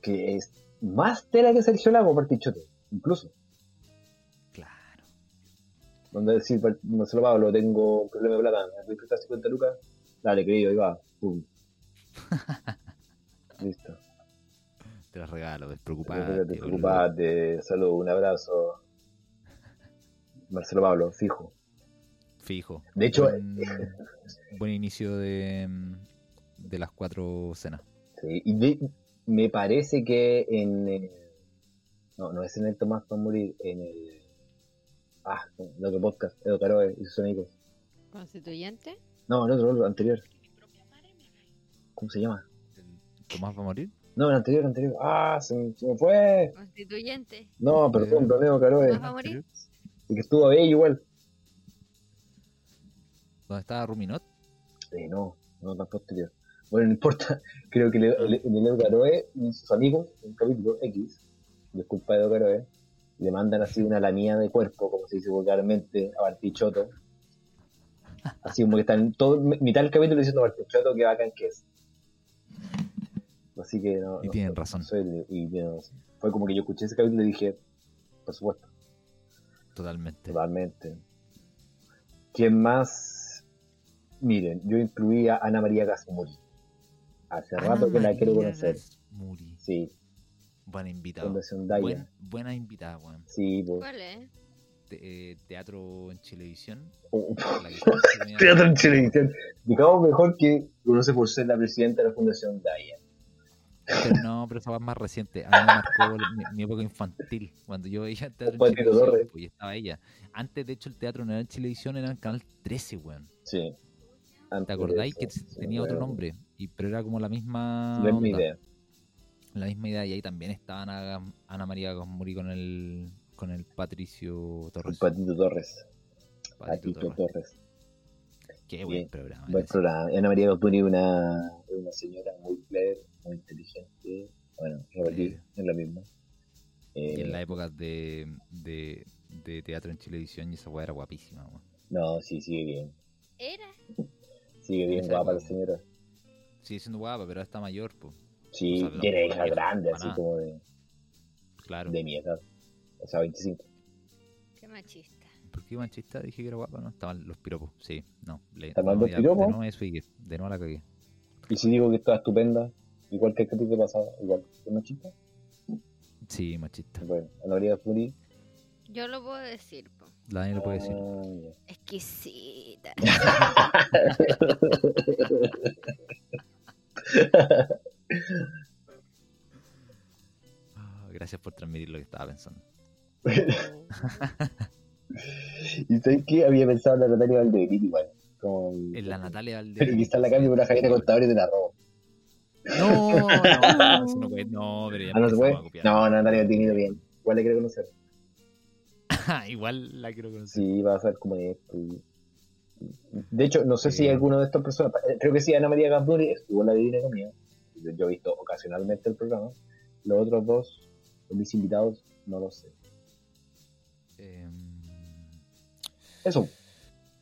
Que es más tela que Sergio Lago, Partichote, incluso.
Claro.
Donde decir, pues, Par- Marcelo Pablo, tengo un problema de plata, me voy a prestar 50 lucas. Dale, querido, ahí va. Pum. Listo.
Te las regalo,
Preocupate,
despreocupado.
preocupate. Salud, un abrazo. Marcelo Pablo, fijo.
Fijo.
De hecho,
buen, buen inicio de, de las cuatro cenas.
Sí, y de- me parece que en. eh, no, no es en el Tomás para morir, en el. Ah, en el otro podcast, Edo Caroe y sus amigos.
¿Constituyente?
No, el otro, el anterior. ¿Cómo se llama?
¿Tomás va a morir?
No, el anterior, el anterior. Ah, se, me- se me fue.
¿Constituyente?
No,
Eh.
perdón, con Edo
¿Nos
Caroe.
va a morir?
eh, Y que estuvo ahí igual.
¿Dónde estaba Ruminot?
Eh, no, no tan posterior. Bueno, no importa. [laughs] Creo que le- le- en el Edo Caroe y sus amigos, en el capítulo X, disculpa Edo Caroe, le mandan así una lamía de cuerpo, como se dice vulgarmente, a Bartichotto. Así como que están todo, mitad del capítulo diciendo Bartichotto que bacán que es. Así que no.
Y
no-
tienen
no
razón.
soy el- y yo- fue como que yo escuché ese capítulo y dije, por supuesto,
Totalmente.
totalmente. ¿Quién más? Miren, yo incluí a Ana María Gasmuri. Hace
Ana
rato que la quiero
María
conocer.
Gasmuri.
Sí,
Buen invitado.
Fundación Daya.
Buen- buena invitada, weón.
Sí, pues.
¿Cuál es?
Te- eh, teatro en Chilevisión.
[laughs] Oh,
la que está asumida-
Teatro en televisión. Digamos mejor que conoce por ser la presidenta de la Fundación Daya.
Pero no, pero esa va más reciente. A mí me marcó el- mi, mi época infantil. Cuando yo veía el teatro
Juan
en
Tito
Chilevisión,
Torres.
pues, y estaba ella. Antes, de hecho, el teatro no era en Chilevisión, era en Canal 13, weón.
Sí.
¿Te
Antes de
acordáis
eso,
que
sí,
tenía otro
bueno,
nombre? Y, pero era como la misma
No es mi
onda,
idea.
La misma idea. Y ahí también estaba Ana, Ana María Gosmuri con el, con el Patricio
Un
Torres.
Patito Torres.
Patito
Patito
Torres.
Torres.
Qué buen
Bien.
programa.
Buen
ese.
programa. Ana María Gasmuri es una, es una señora muy clever, muy inteligente. Bueno, yo aquí
Sí.
es la misma.
Y
Eh,
en la época de, de, de teatro en Chilevisión, y esa weá era guapísima, weón.
No, sí, sigue bien.
¿Era?
Sigue bien
Esa
guapa la
época.
señora.
Sigue siendo guapa, pero ahora está mayor, pues.
Sí,
O sea,
tiene
la-
hija
la-
grande,
la-
así
la-
como de,
Claro.
de mi edad. O sea, 25.
Qué machista.
¿Por qué machista? Dije que era guapa, ¿no? Estaban los piropos, sí. No, le,
¿Están
no,
mal los
ya,
piropos?
De nuevo eso y de nuevo la cagué.
Y si digo que está estupenda, igual que el capítulo pasado, igual que una chica.
Sí, machista.
Bueno, Ana María Gasmuri.
Yo lo puedo decir, po.
La Dani lo puede decir.
ah,
Exquisita.
Ah, Gracias por transmitir lo que estaba pensando.
ya. y sabes que había pensado en la Natalia Valdebenito igual. Con...
En la
[laughs]
Natalia Valdés.
Pero quizás la cambio por la Javiera Contador y te la robo.
No, no, eso no
[laughs]
puede. No, pero ya
Ah, no se puede.
empezamos a copiar.
No, Natalia Valdebenito bien. Igual la quiero conocer.
[laughs] Igual la quiero conocer.
Sí, va a ser como esto. y- De hecho, no sé
Sí.
si alguno de estas personas, eh, creo que sí, Ana María Gasmuri estuvo en la Divina Comida. Yo he visto ocasionalmente el programa. Los otros dos, los mis invitados, no lo sé.
Eh,
Eso,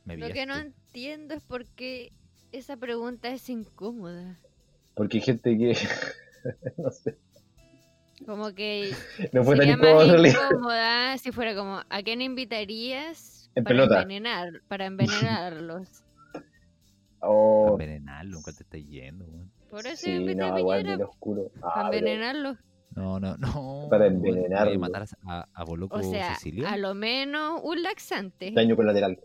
me
Lo que no
pillaste.
entiendo es por qué esa pregunta es incómoda.
porque hay gente que. [laughs] no sé.
Como que
No fue tan
sería
incómodo [laughs]
más
en realidad.
incómoda si fuera como, ¿a quién invitarías
En
para
pelota.
envenenar, para envenenarlos?
Para
Oh,
envenenarlo, ¿en cuál te estás yendo, weón?
Por eso
sí,
yo invité
no,
a
igual
Piñera,
bien oscuro.
para
Ah, pero
envenenarlos.
No, no, no.
Para
weón, voy a
envenenarlo.
matar a, a Boloco
O sea,
Sicilia.
a lo menos un laxante.
daño colateral.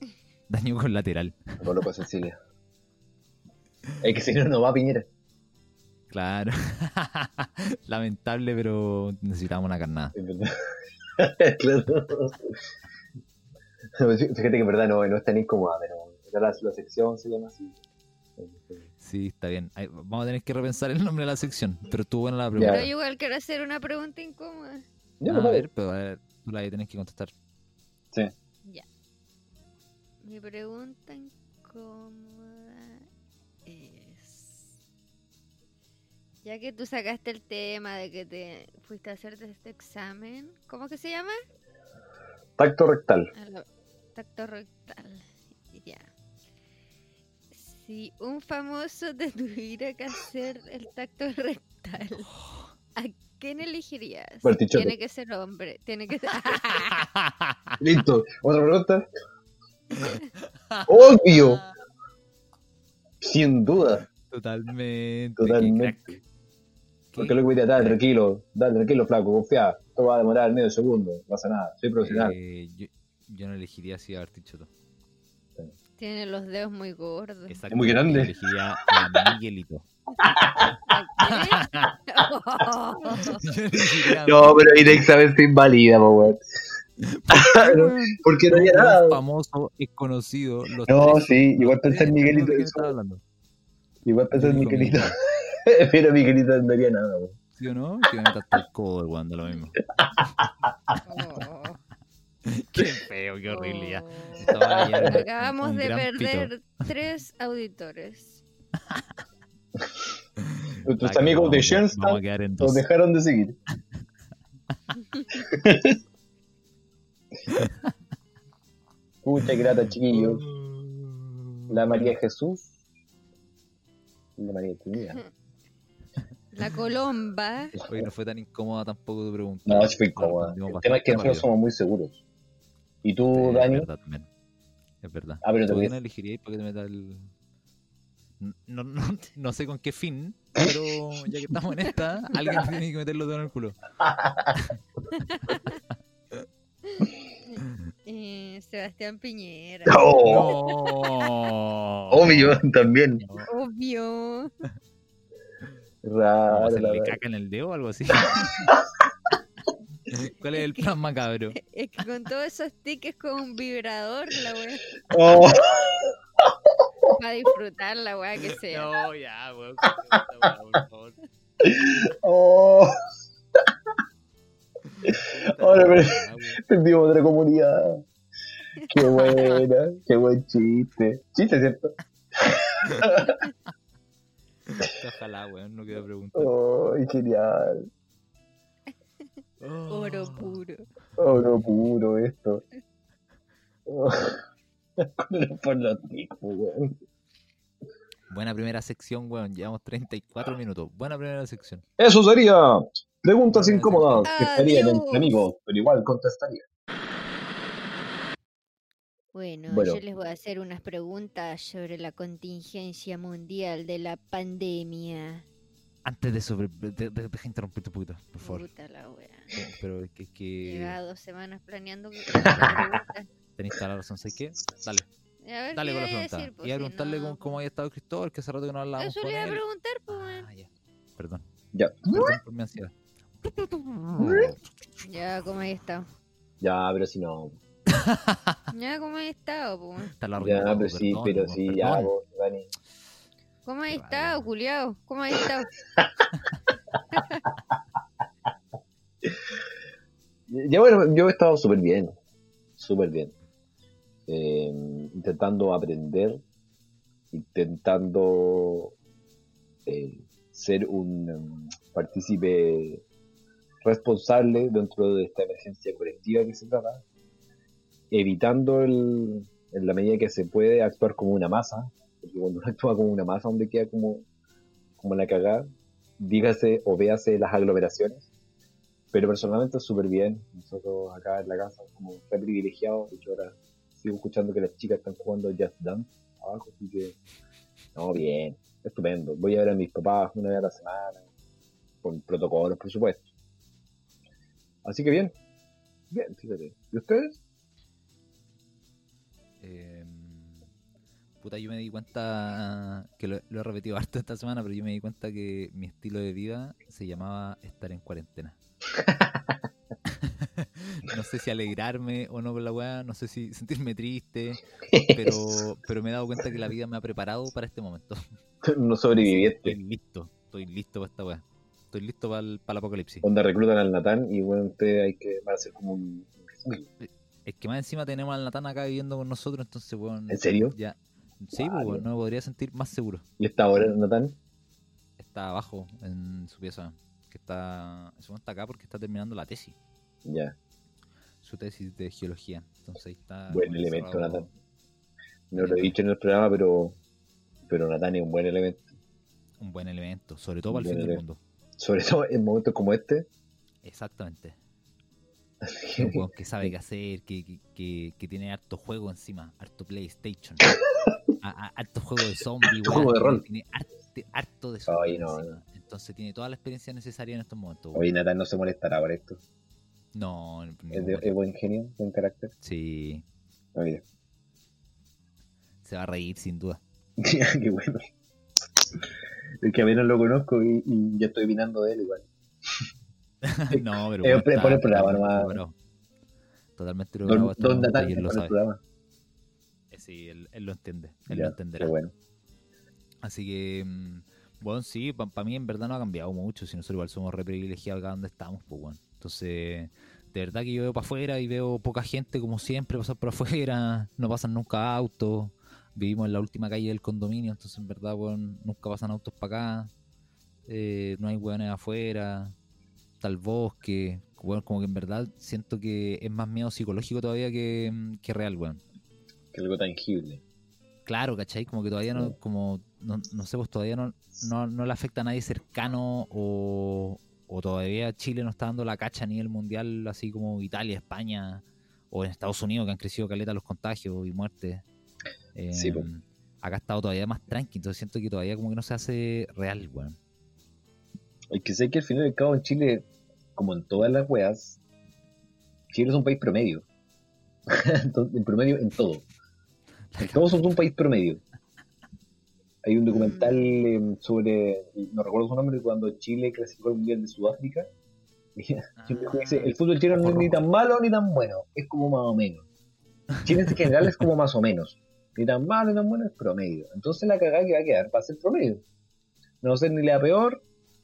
[laughs] Daño colateral.
Por loco Cecilia. Es que si no, no va a Piñera.
Claro. [laughs] Lamentable, pero necesitamos una carnada.
Es verdad. [laughs] claro. No, sí, Fíjate que en verdad no, no es tan incómoda, pero era la, la sección se llama así. Este,
Sí, está bien. Ahí, vamos a tener que repensar el nombre de la sección, pero estuvo buena la
Pero
pregunta.
Ya.
yo igual quiero hacer una pregunta incómoda.
Ya, pues,
a ver, pero a ver, tú la tenés que contestar.
Mi pregunta incómoda es... Ya que tú sacaste el tema de que te fuiste a hacerte este examen, ¿cómo que se llama?
Tacto
[laughs]
rectal.
A la- Tacto rectal. Ya. Si un famoso te tuviera que hacer el tacto [laughs] rectal, ¿a quién elegirías?
Bartichotto.
Tiene que ser hombre. Tiene que ser... [laughs]
Listo. ¿Otra pregunta? Obvio. Sin duda.
Totalmente. qué
Totalmente.
crack.
Porque lo que voy a dar, tranquilo. Dale, tranquilo, flaco, confía. Esto va a demorar medio segundo. No pasa nada. Soy profesional.
Eh, yo, yo no elegiría así a Bartichotto.
Tiene los dedos muy gordos.
Exacto,
muy grande.
Yo elegiría a Miguelito.
¿A qué? Oh.
Yo elegiría
[laughs]
a
pero Irex a veces invalida, po, weón. Porque no había
un
nada.
famoso, es conocido. Los
No,
tres- Eh,
sí, igual pensé en
tres
Miguelito.
de quién estaba hablando.
Igual pensé en
Dijo
Miguelito. [laughs] Pero Miguelito no haría nada, weón.
¿Sí o no? Que me meta hasta el codo el Wanda, lo mismo.
Oh.
[laughs] Qué feo, [laughs] qué horrible ya.
Oh.
Estaba ya un-
Acabamos
un
de
gran pito.
perder tres auditores.
Ah,
Nuestros
que vamos a-
amigos de
Vamos
Schoenstatt
a quedar en
nos
dos.
dejaron
[laughs]
de seguir. Pucha qué grata, chiquillos.
Mm.
La María Jesús. La María Trinidad.
La Colomba.
Oye, no fue tan incómoda tampoco tu pregunta.
No, sí fue
La
incómoda.
respondimos
El tema es que
bastante
nosotros
rápido.
somos muy seguros. ¿Y tú,
Sí,
Dani?
Es verdad también. Es verdad.
Ah, pero
¿Tú
te
quién
ves.
elegirías para que te meta el.? No, no, [laughs] no sé con qué fin, pero ya que estamos en esta, alguien te tiene que meter los dedos en el culo.
eh, Sebastián Piñera.
[laughs] ¡Oh!
No.
Obvio, [laughs] también.
No.
Obvio.
¿Vamos a
Raro, la
hacerle
verdad.
caca en el dedo o algo así? [laughs] ¿Cuál es el plan macabro?
Es que con todos esos tickets con un vibrador, la wea.
Oh, [laughs]
Va a disfrutar la wea que sea.
No, ya, weón. Por favor.
oh. Ahora, pero-
Ya, weón.
Tendimos otra comunidad. Qué buena, qué buen chiste. Chiste, ¿cierto?
Ojalá, weón, no queda preguntar.
Oh, genial.
Oro puro.
Oro Oh, puro esto. Oh. [laughs] Por los ticos, weón.
Buena primera sección, weón. Llevamos 34 minutos. Buena primera sección.
Eso sería. Preguntas incómodas que estarían
Adiós.
entre amigos, pero igual contestaría.
Bueno,
Bueno.
yo les voy a hacer unas preguntas sobre la contingencia mundial de la pandemia.
Antes de eso, de- de- de- deja interrumpirte un poquito, por favor.
Puta la wea.
Pero es que, es que
Llevaba dos semanas planeando que- preguntas.
tenéis toda la razón, ¿sabes qué? Dale,
A ver, ¿qué
dale con la
voy a
pregunta.
decir, po,
y a
si
preguntarle
no,
cómo,
po.
cómo haya estado Cristóbal, que hace rato que no hablábamos
Eso
con
le iba a
él.
preguntar, pues, weón.
Ah, ya. Perdón.
Ya.
Perdón por mi ansiedad. ¿Mm?
Ya, ¿cómo he estado?
Ya, pero si no.
Ya, ¿cómo he estado, po, weón?
Está la
Ya,
arruinado,
pero sí,
perdón,
pero
weón,
sí, ya,
perdón.
vos, Dani.
¿Cómo he
Qué
estado,
bárbaro.
culiao? ¿Cómo he estado?
Ya bueno, yo he estado súper bien, súper bien. Eh, intentando aprender, intentando eh, ser un, um, partícipe responsable dentro de esta emergencia colectiva que se trata, evitando el- en la medida que se puede actuar como una masa, porque cuando uno [laughs] actúa como una masa, donde queda como, como la cagada, dígase o véase las aglomeraciones, pero personalmente súper bien, nosotros acá en la casa como está privilegiado, de hecho ahora sigo escuchando que las chicas están jugando Just Dance abajo, así que no, bien, estupendo, voy a ver a mis papás una vez a la semana, con protocolos por supuesto. Así que bien. Bien, fíjate. ¿Y ustedes?
Eh, puta, yo me di cuenta que lo, lo he repetido harto esta semana, pero yo me di cuenta que mi estilo de vida se llamaba estar en cuarentena. [laughs] no sé si alegrarme o no con la weá, no sé si sentirme triste,
[laughs]
pero, pero me he dado cuenta que la vida me ha preparado para este momento.
no
Estoy
sobreviviente.
listo, estoy listo para esta weá. Estoy listo para el, apocalipsis.
Onda reclutan al Natán y bueno, ustedes hay que van a hacer como un.
Es que más encima tenemos al Natán acá viviendo con nosotros, entonces, weón.
¿En serio?
Ya. Sí, pues,
Guau,
weón,
weón.
no me podría sentir más seguro.
¿Y esta hora, Natán?
está abajo en su pieza. Que está. Eso está acá porque está terminando la tesis.
Ya,
Su tesis de geología. Entonces ahí está.
buen
como
elemento,
encerrado.
Natán. No lo he dicho en el programa, pero. Pero Natán es un buen elemento.
Un buen elemento. Sobre todo
Un
para el fin
buen
del
elemento.
mundo.
Sobre todo en momentos como este.
Exactamente. Es un weón que sabe qué hacer, que, que, que- que tiene harto juego encima, harto PlayStation. A- a- harto juego de zombie,
Harto juego de
weón,
rol.
Tiene arte- harto de zombie.
Ay, no,
encima. Entonces tiene toda la experiencia necesaria en estos momentos. weón.
Oye, Natán no se molestará por esto.
No, ni
Es,
un
de-
weón.
es buen genio, buen carácter.
sí,
[laughs] Oye,
se va a reír sin duda.
qué bueno. Es que a menos lo conozco y, y ya estoy opinando de él igual.
no, pero
Eh,
bueno,
pre-
está
pon el programa
totalmente
nomás.
preparado. Totalmente
Don,
preparado. hasta
don
el momento
Natán,
y él lo
para el
sabe.
programa.
Eh, Sí, él, él lo entiende. Él
Ya,
lo
qué
entenderá.
bueno.
Así que, mm, bueno, sí, para mí en verdad no ha cambiado mucho. Si nosotros igual somos re privilegiados acá donde estamos, pues bueno. Entonces, de verdad que yo veo para afuera y veo poca gente como siempre pasar por [laughs] afuera. No pasan nunca autos. Vivimos en la última calle del condominio, entonces en verdad, weón, nunca pasan autos para acá. Eh, no hay hueones afuera. Tal bosque. Bueno, como que en verdad siento que es más miedo psicológico todavía que, mm, que real, weón.
que algo tangible.
Claro, ¿cachai? Como que todavía no, como, no, no sé, pues todavía no, no, no le afecta a nadie cercano o, o todavía Chile no está dando la cacha a nivel mundial, así como Italia, España o en Estados Unidos, que han crecido caleta los contagios y muertes. Eh,
Sí, po.
Acá ha estado todavía más tranqui, entonces siento que todavía como que no se hace real, weón.
El que sé que al final del cabo en Chile, como en todas las weas, Chile es un país promedio. [laughs] Entonces, en promedio en todo. En todo somos un país promedio. Hay un documental eh, sobre, no recuerdo su nombre, cuando Chile clasificó al Mundial de Sudáfrica. [laughs] Y hay un viejo que dice, el fútbol chileno no es ni tan malo ni tan bueno, es como más o menos. Chile en general es como más o menos. Ni tan malo ni tan bueno es promedio. Entonces la cagada que va a quedar va a ser promedio. No va a ser ni la peor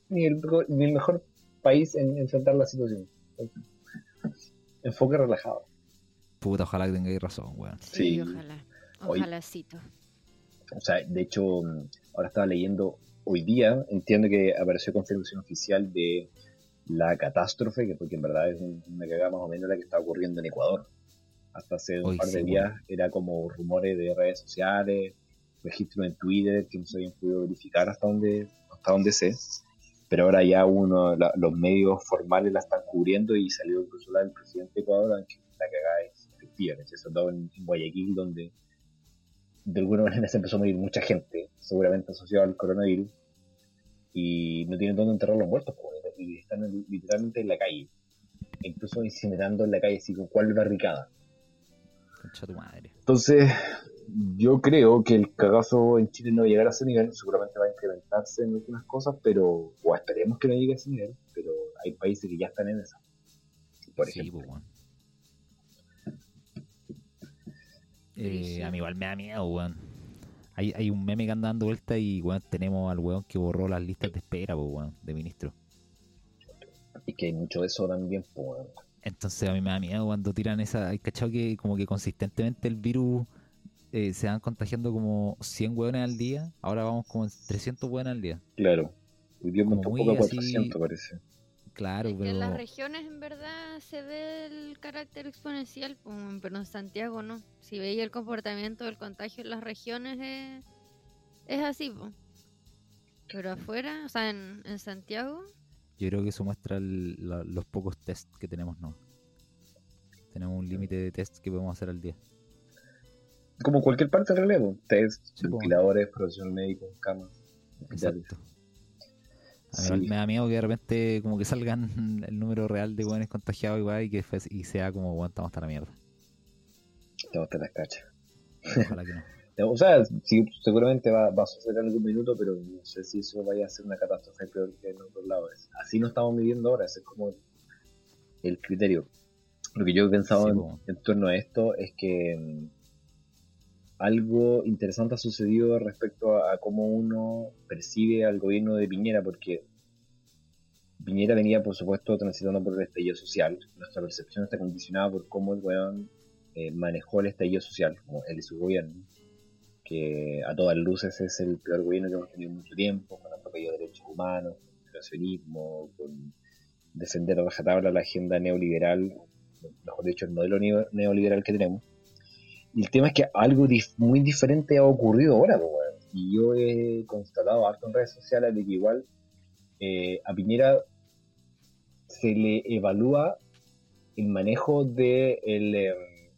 ni el, mejor- ni el mejor país en enfrentar la situación. Enfoque relajado.
Puta, ojalá que tengáis razón, weón.
Sí.
Sí, ojalá.
Oye.
Ojalacito.
O sea, de hecho, mm, ahora estaba leyendo hoy día, entiendo que apareció confirmación oficial de la catástrofe, que porque en verdad es un- una cagada más o menos la que está ocurriendo en Ecuador. Hasta hace un
Hoy
par de
sí,
días era como rumores de redes sociales, registro en Twitter, que no se habían podido verificar hasta donde, hasta donde sé. Pero ahora ya uno, la- los medios formales la están cubriendo y salió incluso la del presidente de Ecuador, aunque la cagada es efectiva, que se soltó en, en Guayaquil, donde de alguna [laughs] manera se empezó a morir mucha gente, seguramente asociado al coronavirus, y no tienen dónde enterrar los muertos, po, y están en- literalmente en la calle, E incluso incinerando en la calle, así con cuál barricada.
Concha tu madre.
Entonces, yo creo que el cagazo en Chile no va a llegar a ese nivel, seguramente va a incrementarse en algunas cosas, pero, o esperemos que no llegue a ese nivel, pero hay países que ya están en esa. Por
sí,
ejemplo,
pues, weón. Eh,
Brígido.
a mí igual me da miedo, weón. Hay, hay un meme que anda dando vuelta y, weón, tenemos al weón que borró las listas de espera, pues, weón, de ministro.
y que hay mucho de eso también, pues,
Entonces a mí me da miedo cuando tiran esa... Hay cachado que como que consistentemente el virus eh, se van contagiando como 100 weones al día. Ahora vamos como en 300 weones al día.
claro. Hoy día aumentó un
muy
poco a
así-
400, parece.
Claro,
es que
pero
en las regiones en verdad se ve el carácter exponencial, pues, weón, pero en Santiago no. Si veis el comportamiento del contagio en las regiones es, es así, po. pero afuera, o sea, en, en Santiago,
yo creo que eso muestra el- la- los pocos test que tenemos, ¿no? Tenemos un límite de test que podemos hacer al día.
Como cualquier parte en realidad, pues, test,
Sí, po.
ventiladores, profesión médico, camas. hospitales.
Exacto. A mí
Sí.
me da miedo que de repente como que salgan [laughs] el número real de hueones contagiados y, weá, y que fue- y sea como, bueno, estamos hasta la mierda.
Estamos hasta las cachas.
Ojalá que no.
O sea, sí, seguramente va, va a suceder en algún minuto, pero no sé si eso vaya a ser una catástrofe peor que en otros lados. Es- Así no estamos midiendo ahora, ese es como el criterio. Lo que yo he pensado
Sí,
en,
po.
en torno a esto es que mm, algo interesante ha sucedido respecto a, a cómo uno percibe al gobierno de Piñera, porque Piñera venía, por supuesto, transitando por el estallido social. Nuestra percepción está condicionada por cómo el weón eh, manejó el estallido social, como él y su gobierno, que a todas luces es el peor gobierno que hemos tenido en mucho tiempo, con atropello de derechos humanos, con creacionismo, con defender a rajatabla la agenda neoliberal, mejor dicho, el modelo neo- neoliberal que tenemos. Y el tema es que algo dif- muy diferente ha ocurrido ahora, po, weón. y yo he constatado harto en redes sociales de que igual eh, a Piñera se le evalúa el manejo de, el, eh,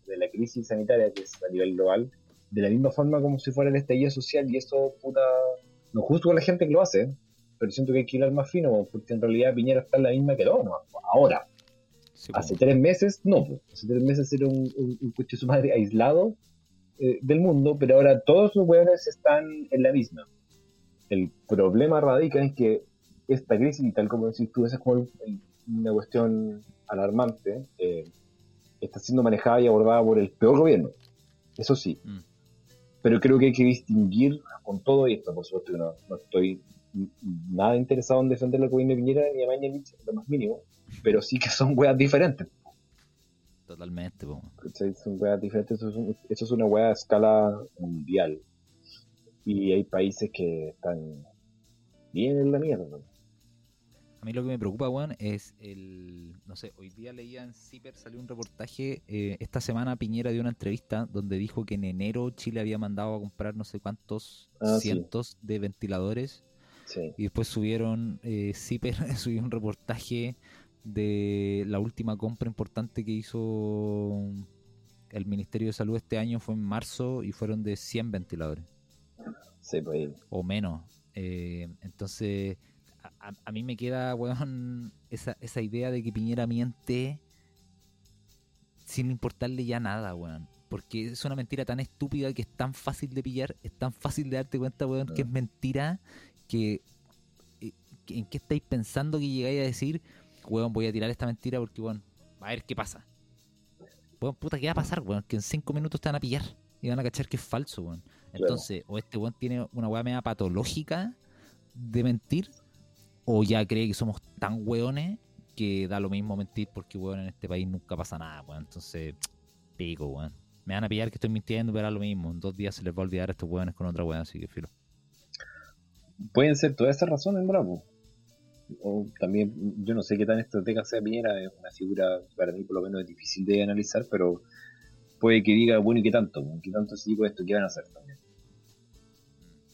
de la crisis sanitaria, que es a nivel global, de la misma forma como si fuera el estallido social, y eso, puta, no es justo con la gente que lo hace, ¿eh? pero siento que hay que hilar más fino, po, porque en realidad Piñera está en la misma que todos, ¿no? ahora.
Sí, po.
Hace tres meses, no, pues. hace tres meses era un, un, un coche de su madre aislado eh, del mundo, pero ahora todos los hueones están en la misma. El problema radica en que esta crisis, y tal como decís tú, esa es como el- el- una cuestión alarmante, eh, está siendo manejada y abordada por el peor gobierno, eso sí.
Mm.
Pero creo que hay que distinguir con todo esto, por supuesto que no, no estoy n- nada interesado en defender la gobierno de Piñera ni a Mañalich, lo más mínimo, pero sí que son weas diferentes.
Totalmente, po.
¿cachai? Son weas diferentes, eso es, un- eso es una wea a escala mundial. Y hay países que están bien en la mierda. ¿no?
A mí lo que me preocupa, weón, es el... No sé, hoy día leía en Ciper, salió un reportaje, eh, esta semana Piñera dio una entrevista donde dijo que en enero Chile había mandado a comprar no sé cuántos
Ah, sí.
cientos de ventiladores
Sí.
Y después subieron, eh, Zipper [laughs] subió un reportaje de la última compra importante que hizo el Ministerio de Salud este año, fue en marzo, y fueron de 100 ventiladores,
Sí, pues ahí.
o menos. Eh, entonces, a, a- a mí me queda, weón, esa, esa idea de que Piñera miente sin importarle ya nada, weón. Porque es una mentira tan estúpida que es tan fácil de pillar, es tan fácil de darte cuenta, weón, que es mentira, que, eh, que- en qué estáis pensando que llegáis a decir, weón, voy a tirar esta mentira porque, weón, a ver qué pasa. Weón, puta, ¿qué va a pasar, weón? Que en cinco minutos te van a pillar y van a cachar que es falso, weón.
Claro.
Entonces, o este weón tiene una weá media patológica de mentir, o ya cree que somos tan weones que da lo mismo mentir porque, weón, en este país nunca pasa nada, weón. Entonces, pico, weón. Me van a pillar que estoy mintiendo, pero da lo mismo. En dos días se les va a olvidar a estos weones con otra weón, así que filo.
Pueden ser todas esas razones, bravo. O también, yo no sé qué tan estratega sea Piñera, es una figura para mí por lo menos difícil de analizar, pero puede que diga, bueno, ¿y qué tanto? ¿Qué tanto se dijo esto? ¿Qué van a hacer también?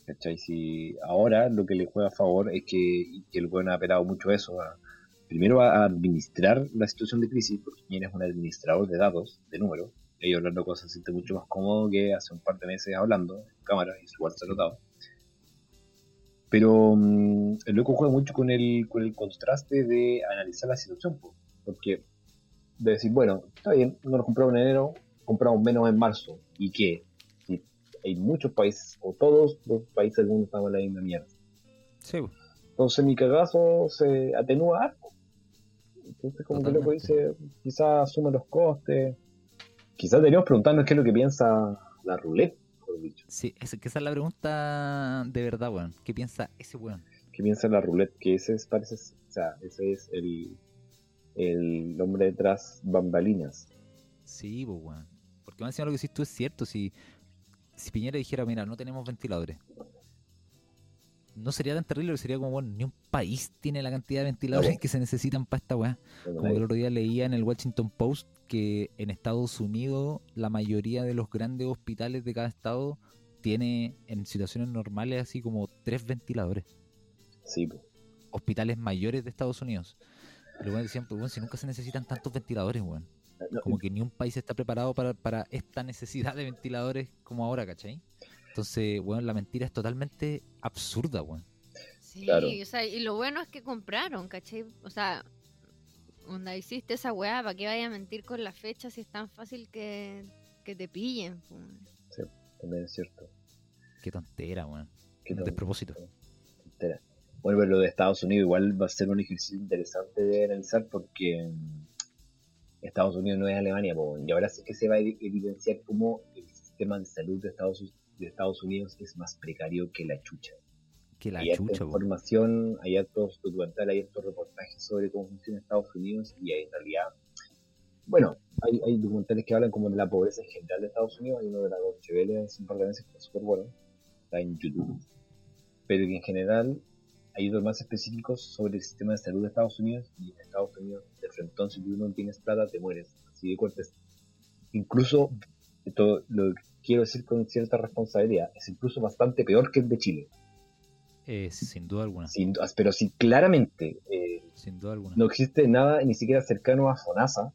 ¿Cachai? Si ahora lo que le juega a favor es que, y que el gobierno ha apelado mucho a eso, a- primero a administrar la situación de crisis, porque Piñera es un administrador de datos, de números, y ahí hablando cosas se siente mucho más cómodo que hace un par de meses hablando en cámara y en su cuarto se notaba pero mm, el loco juega mucho con el, con el contraste de analizar la situación, po. porque de decir, bueno, está bien, no nos compramos en enero, compramos menos en marzo, ¿y qué? Si hay muchos países, o todos los países del mundo estamos en la misma mierda.
Sí,
Entonces mi cagazo se atenúa harto. Entonces como que loco
Totalmente.
dice, quizás asuma los costes, quizás deberíamos preguntarnos qué es lo que piensa la ruleta, por dicho.
Sí, es, que esa es la pregunta de verdad, weón. ¿Qué piensa ese weón?
que piensa en la roulette, que ese es, parece, o sea, ese es el, el hombre detrás bambalinas.
Sí, pues, weón. Porque me encima lo que decís tú es cierto. Si, si Piñera dijera, mira, no tenemos ventiladores. no sería tan terrible, sería como, bueno, ni un país tiene la cantidad de ventiladores
Claro.
que se necesitan para esta weá.
Bueno,
Como que el
nadie-
otro día leía en el Washington Post que en Estados Unidos la mayoría de los grandes hospitales de cada estado tiene en situaciones normales así como tres ventiladores.
Sí, pues, po.
Hospitales mayores de Estados Unidos. Pero bueno, decían, pues bueno, si nunca se necesitan tantos ventiladores, weón.
No,
Como que ni un país está preparado para, para esta necesidad de ventiladores como ahora, ¿cachai? Entonces, bueno, la mentira es totalmente absurda, weón.
Sí,
Claro.
o sea, y lo bueno es que compraron, ¿cachai? O sea, onda hiciste esa weá, ¿para qué vaya a mentir con la fecha si es tan fácil que, que te pillen? po?
también es cierto.
Qué tontera, weón.
Que
Un
no-
despropósito.
Entera. Bueno, pero lo de Estados Unidos igual va a ser un ejercicio interesante de analizar porque mm, Estados Unidos no es Alemania, po, y ahora sí que se va a evi- evidenciar cómo el sistema de salud de Estados, de Estados Unidos es más precario que la chucha.
Que la
hay harta
chucha, weón.
información, hay hartos documentales, hay hartos reportajes sobre cómo funciona Estados Unidos y hay en realidad, bueno, hay, hay documentales que hablan como de la pobreza en general de Estados Unidos, hay uno de la Deutsche Welle hace un par de meses que está súper bueno, está en YouTube, pero que en general hay otros más específicos sobre el sistema de salud de Estados Unidos y en Estados Unidos de frente si tú no tienes plata te mueres, así de cortes. Incluso, esto lo que quiero decir con cierta responsabilidad, es incluso bastante peor que el de Chile.
Eh, sin duda alguna.
Sin- pero si claramente eh,
Sin duda alguna.
no existe nada ni siquiera cercano a FONASA,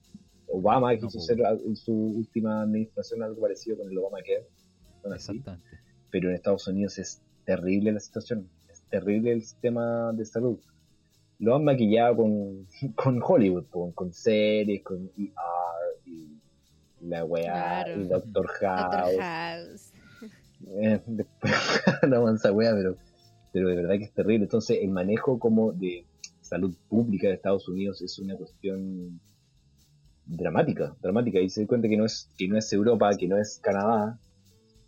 Obama
No,
quiso
po.
hacer a- en su última administración algo parecido con el Obamacare, son así,
Exactamente.
pero en Estados Unidos es terrible la situación, es terrible el sistema de salud. Lo han maquillado con, [laughs] con Hollywood, po, con, series, con ER y la weá,
Claro.
y Doctor
Doctor
House.
House.
Eh, [laughs] después no avanza weá, pero, pero de verdad que es terrible. Entonces, el manejo como de salud pública de Estados Unidos es una cuestión dramática, dramática. Y se da cuenta que no es, que no es Europa, que no es Canadá,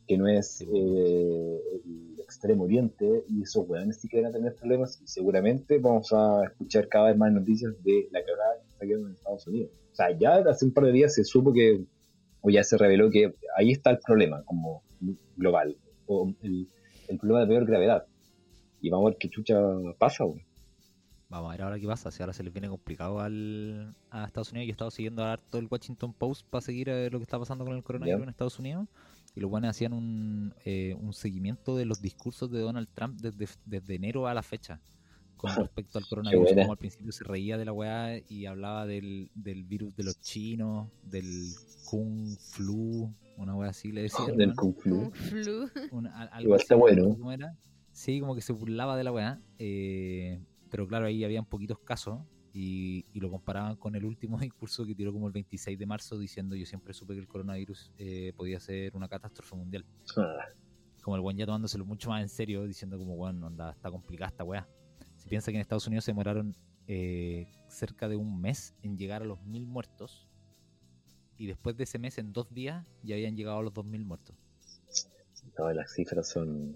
que no es eh, el Extremo Oriente, y esos weones sí que van a tener problemas, y seguramente vamos a escuchar cada vez más noticias de la cagada que está quedando en Estados Unidos. O sea, ya hace un par de días se supo que, o ya se reveló que ahí está el problema, como global, o el, el problema de peor gravedad. Y vamos a ver qué chucha pasa, weón.
Vamos a ver ahora qué pasa. Si ahora se les viene complicado al, a Estados Unidos. Yo he estado siguiendo harto el Washington Post para seguir eh, lo que está pasando con el coronavirus
Ya.
en Estados Unidos. Y los buenos hacían un, eh, un seguimiento de los discursos de Donald Trump desde, desde enero a la fecha con respecto al coronavirus.
buena.
Como al principio se reía de la weá y hablaba del, del virus de los chinos, del Kung Flu, una weá así le decía.
del
hermano.
Kung Flu.
Un flu.
un- a- algo
Igual está
así,
bueno.
¿cómo era? Sí, como que se burlaba de la weá. eh, pero claro, ahí habían poquitos casos y, y lo comparaban con el último [laughs] discurso que tiró como el 26 de marzo diciendo yo siempre supe que el coronavirus eh, podía ser una catástrofe mundial.
Ah,
Como el weón ya tomándoselo mucho más en serio, diciendo como, weón, onda, está complicada esta weá. Si piensa que en Estados Unidos se demoraron eh, cerca de un mes en llegar a los mil muertos y después de ese mes, en dos días, ya habían llegado a los dos mil muertos.
no, las cifras son.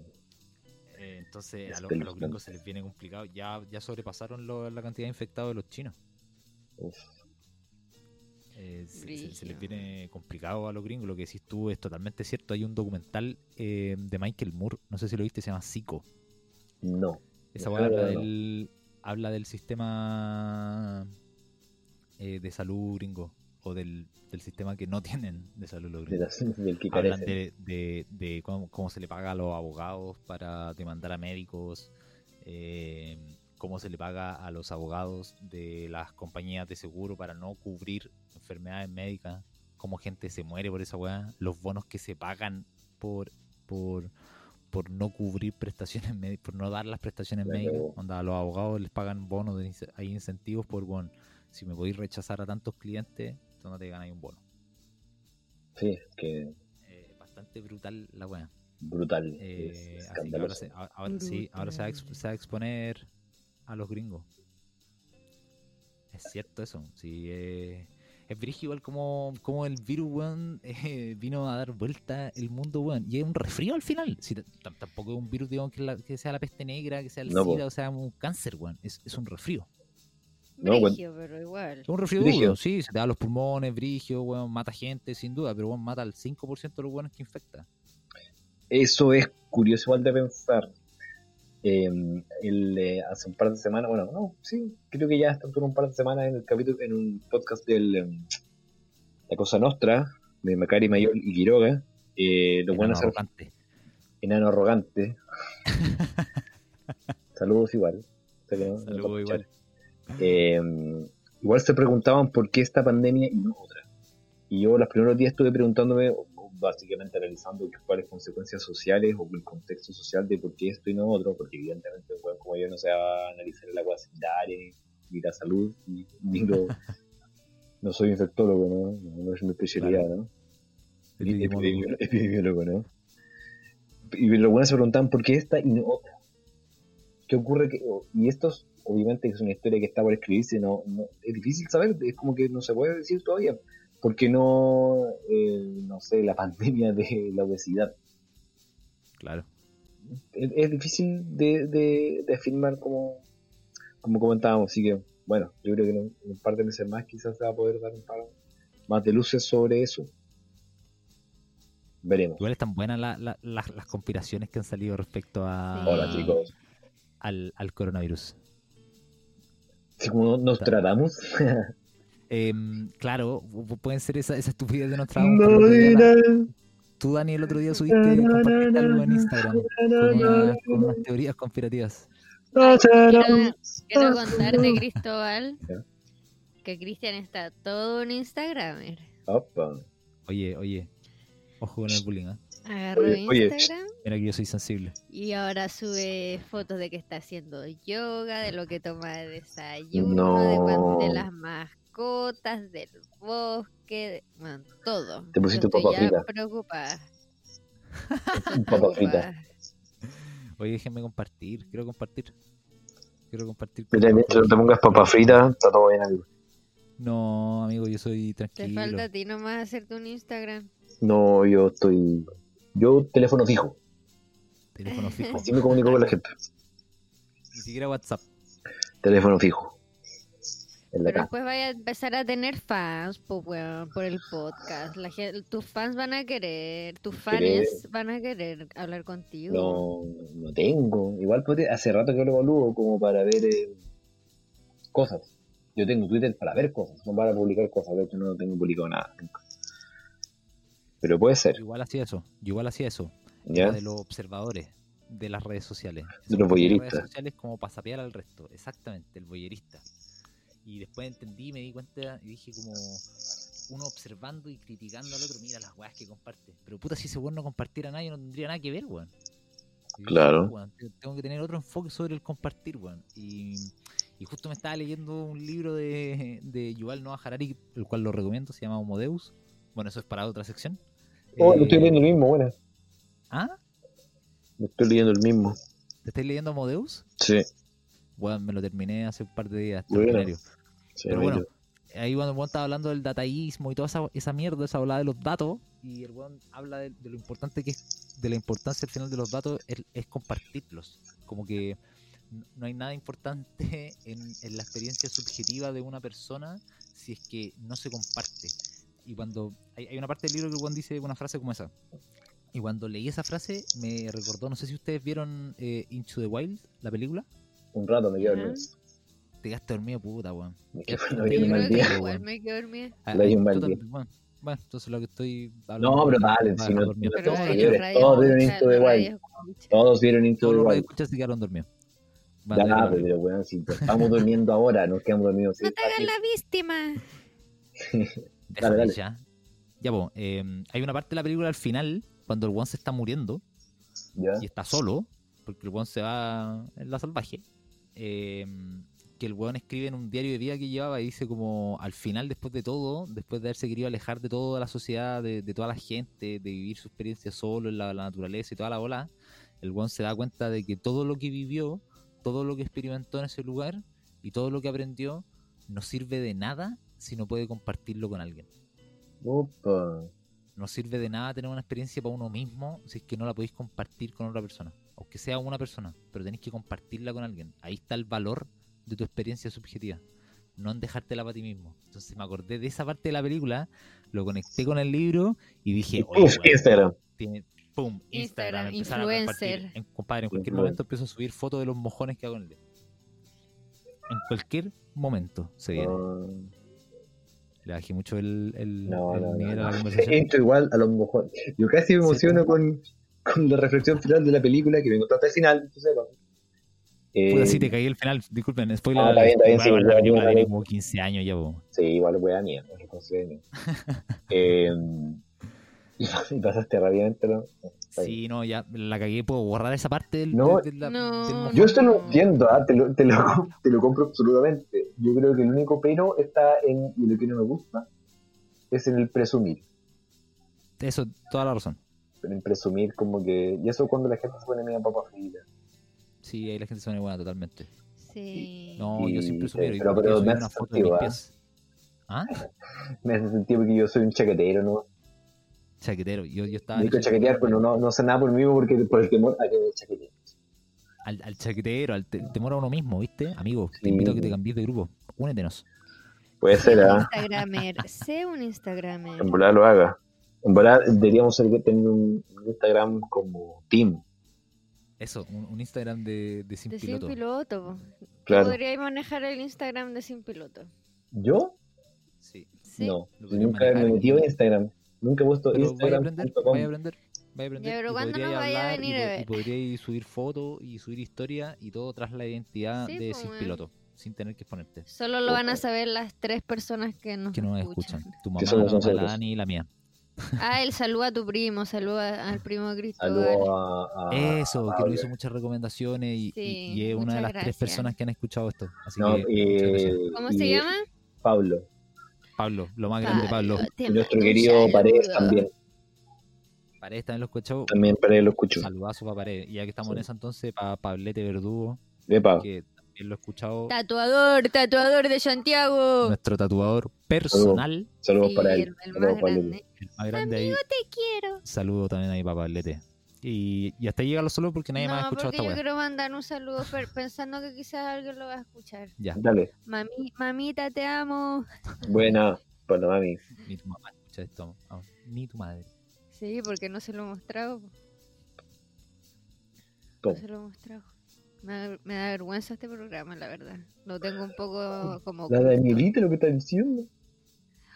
Eh, entonces
Es
a, lo- a los
espeluznante.
gringos se les viene complicado. Ya, ya sobrepasaron lo- la cantidad de infectados de los chinos.
uf.
Eh, se- se, se
Brígido.
les viene complicado a los gringos. Lo que decís tú es totalmente cierto. Hay un documental eh, de Michael Moore, no sé si lo viste, se llama Zico.
No.
Esa
Ajá,
weá habla,
bueno.
del, habla del sistema eh, de salud gringo o del, del sistema que no [laughs] tienen de salud los
De
gringos.
las, [laughs] del que
Hablan
carecen.
de, de- de cómo, cómo se le paga a los abogados para demandar a médicos, eh, cómo se le paga a los abogados de las compañías de seguro para no cubrir enfermedades médicas, cómo gente se muere por esa weá, los bonos que se pagan por, por, por no cubrir prestaciones [laughs] médicas, por no dar las prestaciones
La
médicas.
cagó.
Onda, a los abogados les pagan bonos, de ince- hay incentivos por, bueno, si me podéis rechazar a tantos clientes, tú no te ganas un bono.
Sí, que
Eh, bastante brutal la weá.
brutal.
Eh,
es
así que ahora,
escandaloso.
se, a- ahora sí, ahora se va, a ex-
Brutal.
se va a exponer a los gringos. Es cierto eso. Sí, eh, es brígido igual como, como el virus weón, [laughs] eh, vino a dar vuelta el mundo weón. Y es un resfrío al final. Si t- tam- tampoco es un virus digamos, que, la- que sea la peste negra, que sea el
No, po.
SIDA, o sea un cáncer, weón. Es, es un resfrío.
No, bueno.
Brigio, pero igual.
Es un resfrío
Brígido.
duro, sí. Se te da los pulmones, brigio, weón, mata gente, sin duda, pero weón, mata al 5% de los weones que infecta.
Eso es curioso igual de pensar. eh, el, eh, hace un par de semanas, bueno, no, sí, creo que ya hasta hace un par de semanas en el capítulo, en un podcast del em, La Cosa Nostra, de Macari Mayor y Quiroga, eh, los buenos eran
arrogante. [laughs]
enano arrogante. Saludos igual. O sea que no- no
Saludos
puedo
igual.
escuchar. Eh, igual se preguntaban por qué esta pandemia y no otra. Y yo los primeros días estuve preguntándome, o- o básicamente analizando cuáles consecuencias sociales o el contexto social de por qué esto y no otro, porque evidentemente, bueno, como yo no se va a analizar el agua sanitaria, ni la salud,
[laughs]
ni, ni lo- no soy infectólogo, ¿no? No, no es mi especialidad, ¿no? Epidemiólogo. Epidemiólogo, ¿no? Y los buenos se preguntaban por qué esta y no otra. ¿Qué ocurre? Que, o- y estos, obviamente, es una historia que está por escribirse, no, no- es difícil saber, es como que no se puede decir todavía. Porque no, eh, no sé, la pandemia de la obesidad.
Claro.
Es, es difícil de, de- de afirmar como, como comentábamos, así que, bueno, yo creo que en un, en un par de meses más quizás se va a poder dar un par más de luces sobre eso. Veremos.
Igual están buenas la- la- las- las conspiraciones que han salido respecto a,
Sí.
Hola chicos.
Al, al coronavirus.
Sí, como no- nos
Está.
tratamos.
Em, claro, pu- pu- pueden ser esa, esa estupidez de nuestra
no dirá,
Tú, Dani, el otro día subiste, compartiste algo en Instagram con, una- con unas teorías conspirativas.
no será.
Quiero, quiero contarte, Cristóbal,
Ya.
que Cristian está todo Er, un Instagramer.
[laughs] Opa.
Oye, oye, ojo con el bullying, ¿ah?
Agarró
Oye, oye.
Instagram
Mira que yo soy sensible.
y ahora sube fotos de que está haciendo yoga, de lo que toma de desayuno, de, cuan- de
No.
las mascotas, del bosque, de, bueno, todo.
Te pusiste
Yo estoy
papa
ya
frita.
preocupada.
Un papa frita.
Oye, déjenme compartir, quiero compartir. Quiero compartir. con-
Mira, mientras no te pongas papa frita, está todo bien, amigo.
No, amigo, yo soy
Te
tranquilo.
falta a ti nomás hacerte un Instagram.
No, yo estoy. Yo, teléfono fijo.
[laughs]
Teléfono fijo.
Así me comunico con la gente.
Ni siquiera WhatsApp.
Teléfono fijo. En la
Pero
casa.
después vaya a empezar a tener fans po, weón, por el podcast. La gen- tus fans van a querer, tus
Querer.
fans van a querer hablar contigo.
No, no tengo. Igual podría- hace rato que lo evalúo como para ver eh, cosas. Yo tengo Twitter para ver cosas, no para publicar cosas. De hecho, no tengo publicado nada. nunca. Pero puede ser,
Igual hacía eso. yo Igual hacía eso.
¿ya?
De los observadores de las redes sociales.
De los
Las
voyeristas.
redes sociales como para sapear al resto. Exactamente, el boyerista. Y después entendí, me di cuenta y dije como uno observando y criticando al otro, mira las weas que comparte. Pero puta, si ese weón no compartiera nada, yo no tendría nada que ver, weón. Y dije,
Claro.
"No, weón, te- tengo que tener otro enfoque sobre el compartir, weón. Y, y justo me estaba leyendo un libro de, de Yuval Noah Harari, el cual lo recomiendo, se llama Homodeus. Bueno, eso es para otra sección.
Oh,
Eh,
lo estoy leyendo el mismo, bueno.
¿Ah?
Lo estoy leyendo el mismo.
¿Te estáis leyendo Homodeus?
Sí,
Bueno, me lo terminé hace un par de días.
Bueno,
extraordinario.
sí,
Pero
amigo.
bueno, ahí cuando el weón estaba hablando del dataísmo y toda esa, esa mierda, esa hablada de los datos, y el weón habla de, de lo importante que es, de la importancia al final de los datos, es, es compartirlos. Como que n- no hay nada importante [laughs] en, en la experiencia subjetiva de una persona si es que no se comparte. Y cuando hay, hay una parte del libro que el weón dice una frase como esa. Y cuando leí esa frase me recordó, no sé si ustedes vieron eh, Into the Wild, la película.
Un rato me quedo
Ajá.
dormido.
Te gasté dormido, puta, weón.
Me
Qué
quedo dormido,
horrible.
un
Yo
mal
creo
día.
que igual
weón.
me quedé dormida.
Ah,
Lo hay
ah,
un mal
tú
día.
también, Bueno, bueno, entonces lo que estoy
No, pero dale,
Ah,
si no,
dormido.
no
Pero
te
la
quiebres.
radio
Todos vieron
escucha,
Into the
la
Wild.
radio escucha.
Todos vieron Into
Todos
the
los
Wild.
radioescuchas se quedaron dormidos. Van
Ya,
a quedar dormidos.
pero weón, si estamos durmiendo ahora, nos quedamos dormidos.
No te hagas la víctima.
Déjame
dale.
Ya, ya po, eh, hay una parte de la película al final, cuando el one se está muriendo
¿Ya?
y está solo, porque el one se va en la salvaje, eh, que el weón escribe en un diario de vida que llevaba y dice como al final, después de todo, después de haberse querido alejar de toda la sociedad, de, de toda la gente, de vivir su experiencia solo en la, la naturaleza y toda la bola, el weón se da cuenta de que todo lo que vivió, todo lo que experimentó en ese lugar y todo lo que aprendió no sirve de nada si no puede compartirlo con alguien.
Opa.
No sirve de nada tener una experiencia para uno mismo si es que no la podéis compartir con otra persona. Aunque sea una persona, pero tenéis que compartirla con alguien. Ahí está el valor de tu experiencia subjetiva. No en dejártela para ti mismo. Entonces me acordé de esa parte de la película, lo conecté con el libro y dije,
Y
oye,
puf,
weón,
Instagram.
tiene, pum,
Instagram,
Instagram, empezar a compartir.
influencer.
En, compadre, en cualquier
Influencer.
momento empiezo a subir fotos de los mojones que hago en el dedo. En cualquier momento se viene.
No,
Le bajé mucho el, el-
No,
el
no, no,
nivel a
no.
la
[laughs]
conversación.
Entro igual a los mojones. Yo casi me
Pues Sí.
emociono con, con la reflexión final de la película que me encontraste al final. Entonces, bueno. Eh,
Puta, sí, te caí el final. Disculpen, spoiler.
Ah, está bien, está bien, sí,
Bueno,
ya,
la película
ya,
tiene
ya.
como 15 años ya, po.
Sí, igual wea mía, no
[laughs]
reconocía de mí. Eh, [laughs] y pasaste rápidamente lo. Está
Sí, no, ya la cagué. Puedo borrar esa parte del.
No.
de- de la-
No.
del mojón.
Yo esto lo entiendo, ah, te, lo, [laughs] te, lo, te lo compro absolutamente. Yo creo que el único pero está en, y lo que no me gusta, es en el presumir.
Eso, toda la razón.
En el presumir como que, y eso cuando la gente se pone media papa frita.
Sí, ahí la gente se pone buena totalmente.
Sí.
No, yo
Y-
siempre
sí,
subí
pero- pero me
una
hace
foto de mis
sentido,
pies. ¿Ah?
Me hace sentido porque yo soy un chaquetero, ¿no?
Chaquetero. Yo, yo estaba.
Me digo chaquetear, pero no, no sé nada por mí mismo porque por el temor a que me chaqueteen.
Al, al chaquetero, al te- temor a uno mismo, ¿viste? Amigo, te
Sí.
invito a que te cambies de grupo. Únetenos.
Puede
Sé
ser,
un
¿ah?
Instagramer. Sé un Instagramer.
En volar lo haga. En volar deberíamos ser- tener un un Instagram como team,
Eso, un, un Instagram de, de sin
De sin
piloto.
piloto.
claro.
Podría manejar el Instagram de sin piloto.
¿Yo?
Sí.
Sí.
No.
Lo
Yo
podría
nunca me
manejar
he metido en Instagram. Nunca he puesto
Pero vaya a aprender,
Instagram.com.
vaya a aprender. Vaya a aprender.
Ya, pero
y
¿cuándo
podría
nos vaya a
hablar,
venir
y,
a
po-
ver?
y podría ir subir fotos y subir historia y todo tras la identidad
Sí,
de
po,
sin
weón.
piloto, sin tener que exponerte.
Solo lo van a
Ojo.
saber las tres personas que nos
Que no nos
escuchan.
escuchan. Tu mamá,
somos
la mamá, la
nosotros.
Dani y la mía.
Ah, el saludo a tu primo, saluda al primo de Cristóbal.
Saludo a, a-
Eso,
a
que nos
Pablo.
hizo muchas recomendaciones y, y-
Sí,
y es una de
muchas
las tres
gracias.
personas que han escuchado esto. Así
No,
que,
eh,
muchas gracias.
¿Cómo
y
se llama?
Pablo.
Pablo, lo más grande, Pablo.
te
Y nuestro
mando un
querido
saludo.
Paredes también.
Paredes también los escuchado.
También Paredes lo escucho.
Saludazo para Paredes. Y ya que estamos en
Sí. Ah.
eso entonces, para Pablete Verdugo,
Epa,
que también lo he escuchado.
Tatuador, tatuador de Santiago.
Nuestro tatuador personal,
saludos
Sí,
para
el,
él.
el
Saludos
más
para él.
grande.
el más grande ahí.
Te quiero.
Saludo también ahí para Pablete. Y, y hasta ahí llega los saludos porque nadie más ha
No,
escuchado
porque
esta
yo
weá.
quiero mandar un saludo per- pensando que quizás alguien lo va a escuchar.
Ya,
Dale,
Mami, mamita, te amo.
buena para mami.
ni tu mamá escucha esto. ah, ni tu madre.
Sí, porque no se lo he mostrado. po.
Toma.
No se lo he mostrado. Me da, me da vergüenza este programa, la verdad. Lo tengo un poco como...
La
oculto.
Danielita lo que está diciendo.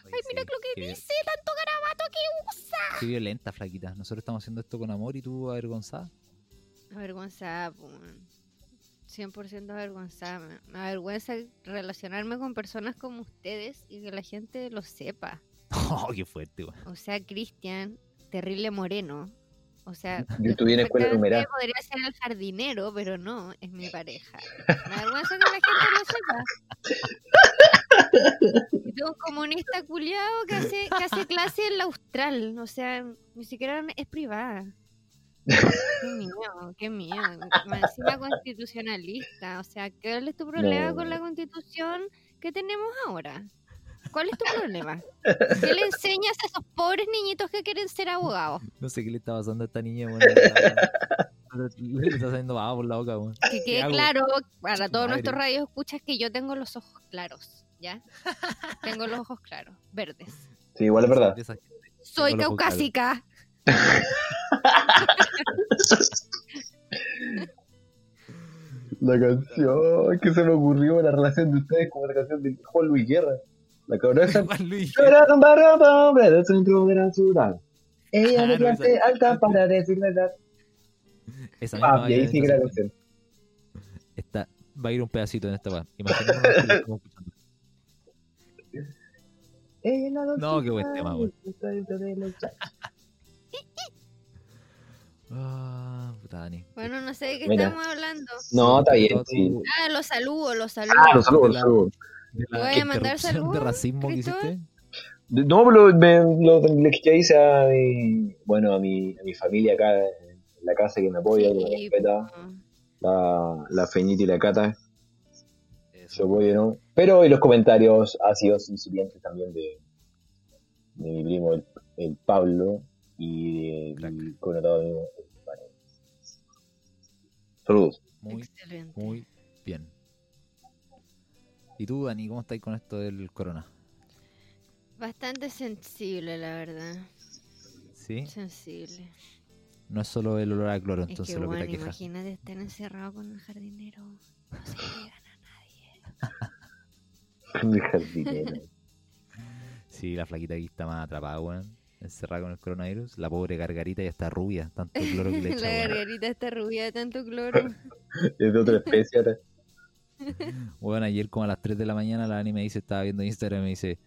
Ay, mira lo que dice, tanto garabato que usa. Qué violenta, flaquita. Nosotros estamos haciendo esto con amor y tú avergonzada. [laughs]
Avergonzada, po, weón. 100% avergonzada. Me- Me avergüenza relacionarme con personas como ustedes y que la gente lo sepa.
Oh, qué fuerte, weón.
O sea, Cristian, terrible moreno. O sea,
[laughs] Yo estuve en escuela
perfectamente
numerada.
Podría ser el jardinero, pero no, es mi pareja. Me avergüenza que la gente lo sepa.
[laughs]
Y tengo un comunista culiado que hace, que hace clase en la Austral. O sea, ni siquiera es
[laughs]
privada. Qué miedo, qué miedo. Más Encima constitucionalista. O sea, ¿cuál es tu problema
No.
con la constitución que tenemos ahora? ¿Cuál es tu problema? ¿Qué le enseñas a esos pobres niñitos que quieren ser abogados?
No sé qué le está pasando a esta niña, weón. Le está saliendo baba por la boca,
Ah,
weón.
Que
¿Qué
quede
hago?
claro para todos
Madre.
nuestros radios escuchas que yo tengo los ojos claros, ¿ya? tengo los ojos claros, verdes.
Sí, igual es verdad.
De esas que-
Soy
los ojos claros.
caucásica.
La canción que se me ocurrió la relación de ustedes con la canción de Juan Luis Guerra. La cabrosa.
Juan Luis.
Lloraron para para hombre del centro de la ciudad. Ella de
Claro, Ah, esa-
clase alta para decir la edad.
Esa misma
Ah, y
vaina
ahí
de
sí que la
entonces,
canción.
está, va a ir un pedacito en esta weá. Imaginémonos que lo estamos escuchando.
Ella la
No, qué buen tema, güey.
güey.
Ah, puta Dani.
Bueno, no sé de qué
Mira.
estamos hablando.
No, está bien,
Todo tu-
sí.
Ah, los saludo, los saludo.
Ah, los saludos, los saludos.
de la
Voy a mandar
interrupción de
saludos,
racismo que
Cristóbal.
hiciste.
No, pero lo, me, lo, lo que ya hice a mi, bueno, a mi, a mi familia acá en la casa que me apoya, que me
Sí, pues.
respeta, la, la Feñita y la Cata, se
Eso.
apoyaron. Pero y los comentarios ácidos y sirientes también de, de mi primo, el, el Pablo, y de
Crack.
mi connotado amigo, el Manuel. Saludos.
Muy,
Excelente.
muy bien. ¿Y tú, Dani, cómo estáis con esto del corona?
Bastante sensible, la verdad.
¿Sí?
Sensible.
No es solo el olor a cloro,
es
entonces
que,
lo que
bueno,
te queja.
imagínate estar encerrado con el jardinero. No se le gana a nadie.
Mi jardinero.
Sí, la flaquita aquí está más atrapada, weón. Encerrada con el coronavirus. La pobre gargarita ya está rubia. Tanto
[laughs]
cloro que le echa,
La
weón.
gargarita está rubia de tanto
[laughs]
cloro.
[laughs] Es de otra especie ahora.
Weón, ayer como a las 3 de la mañana la Ani me dice, estaba viendo Instagram y me dice,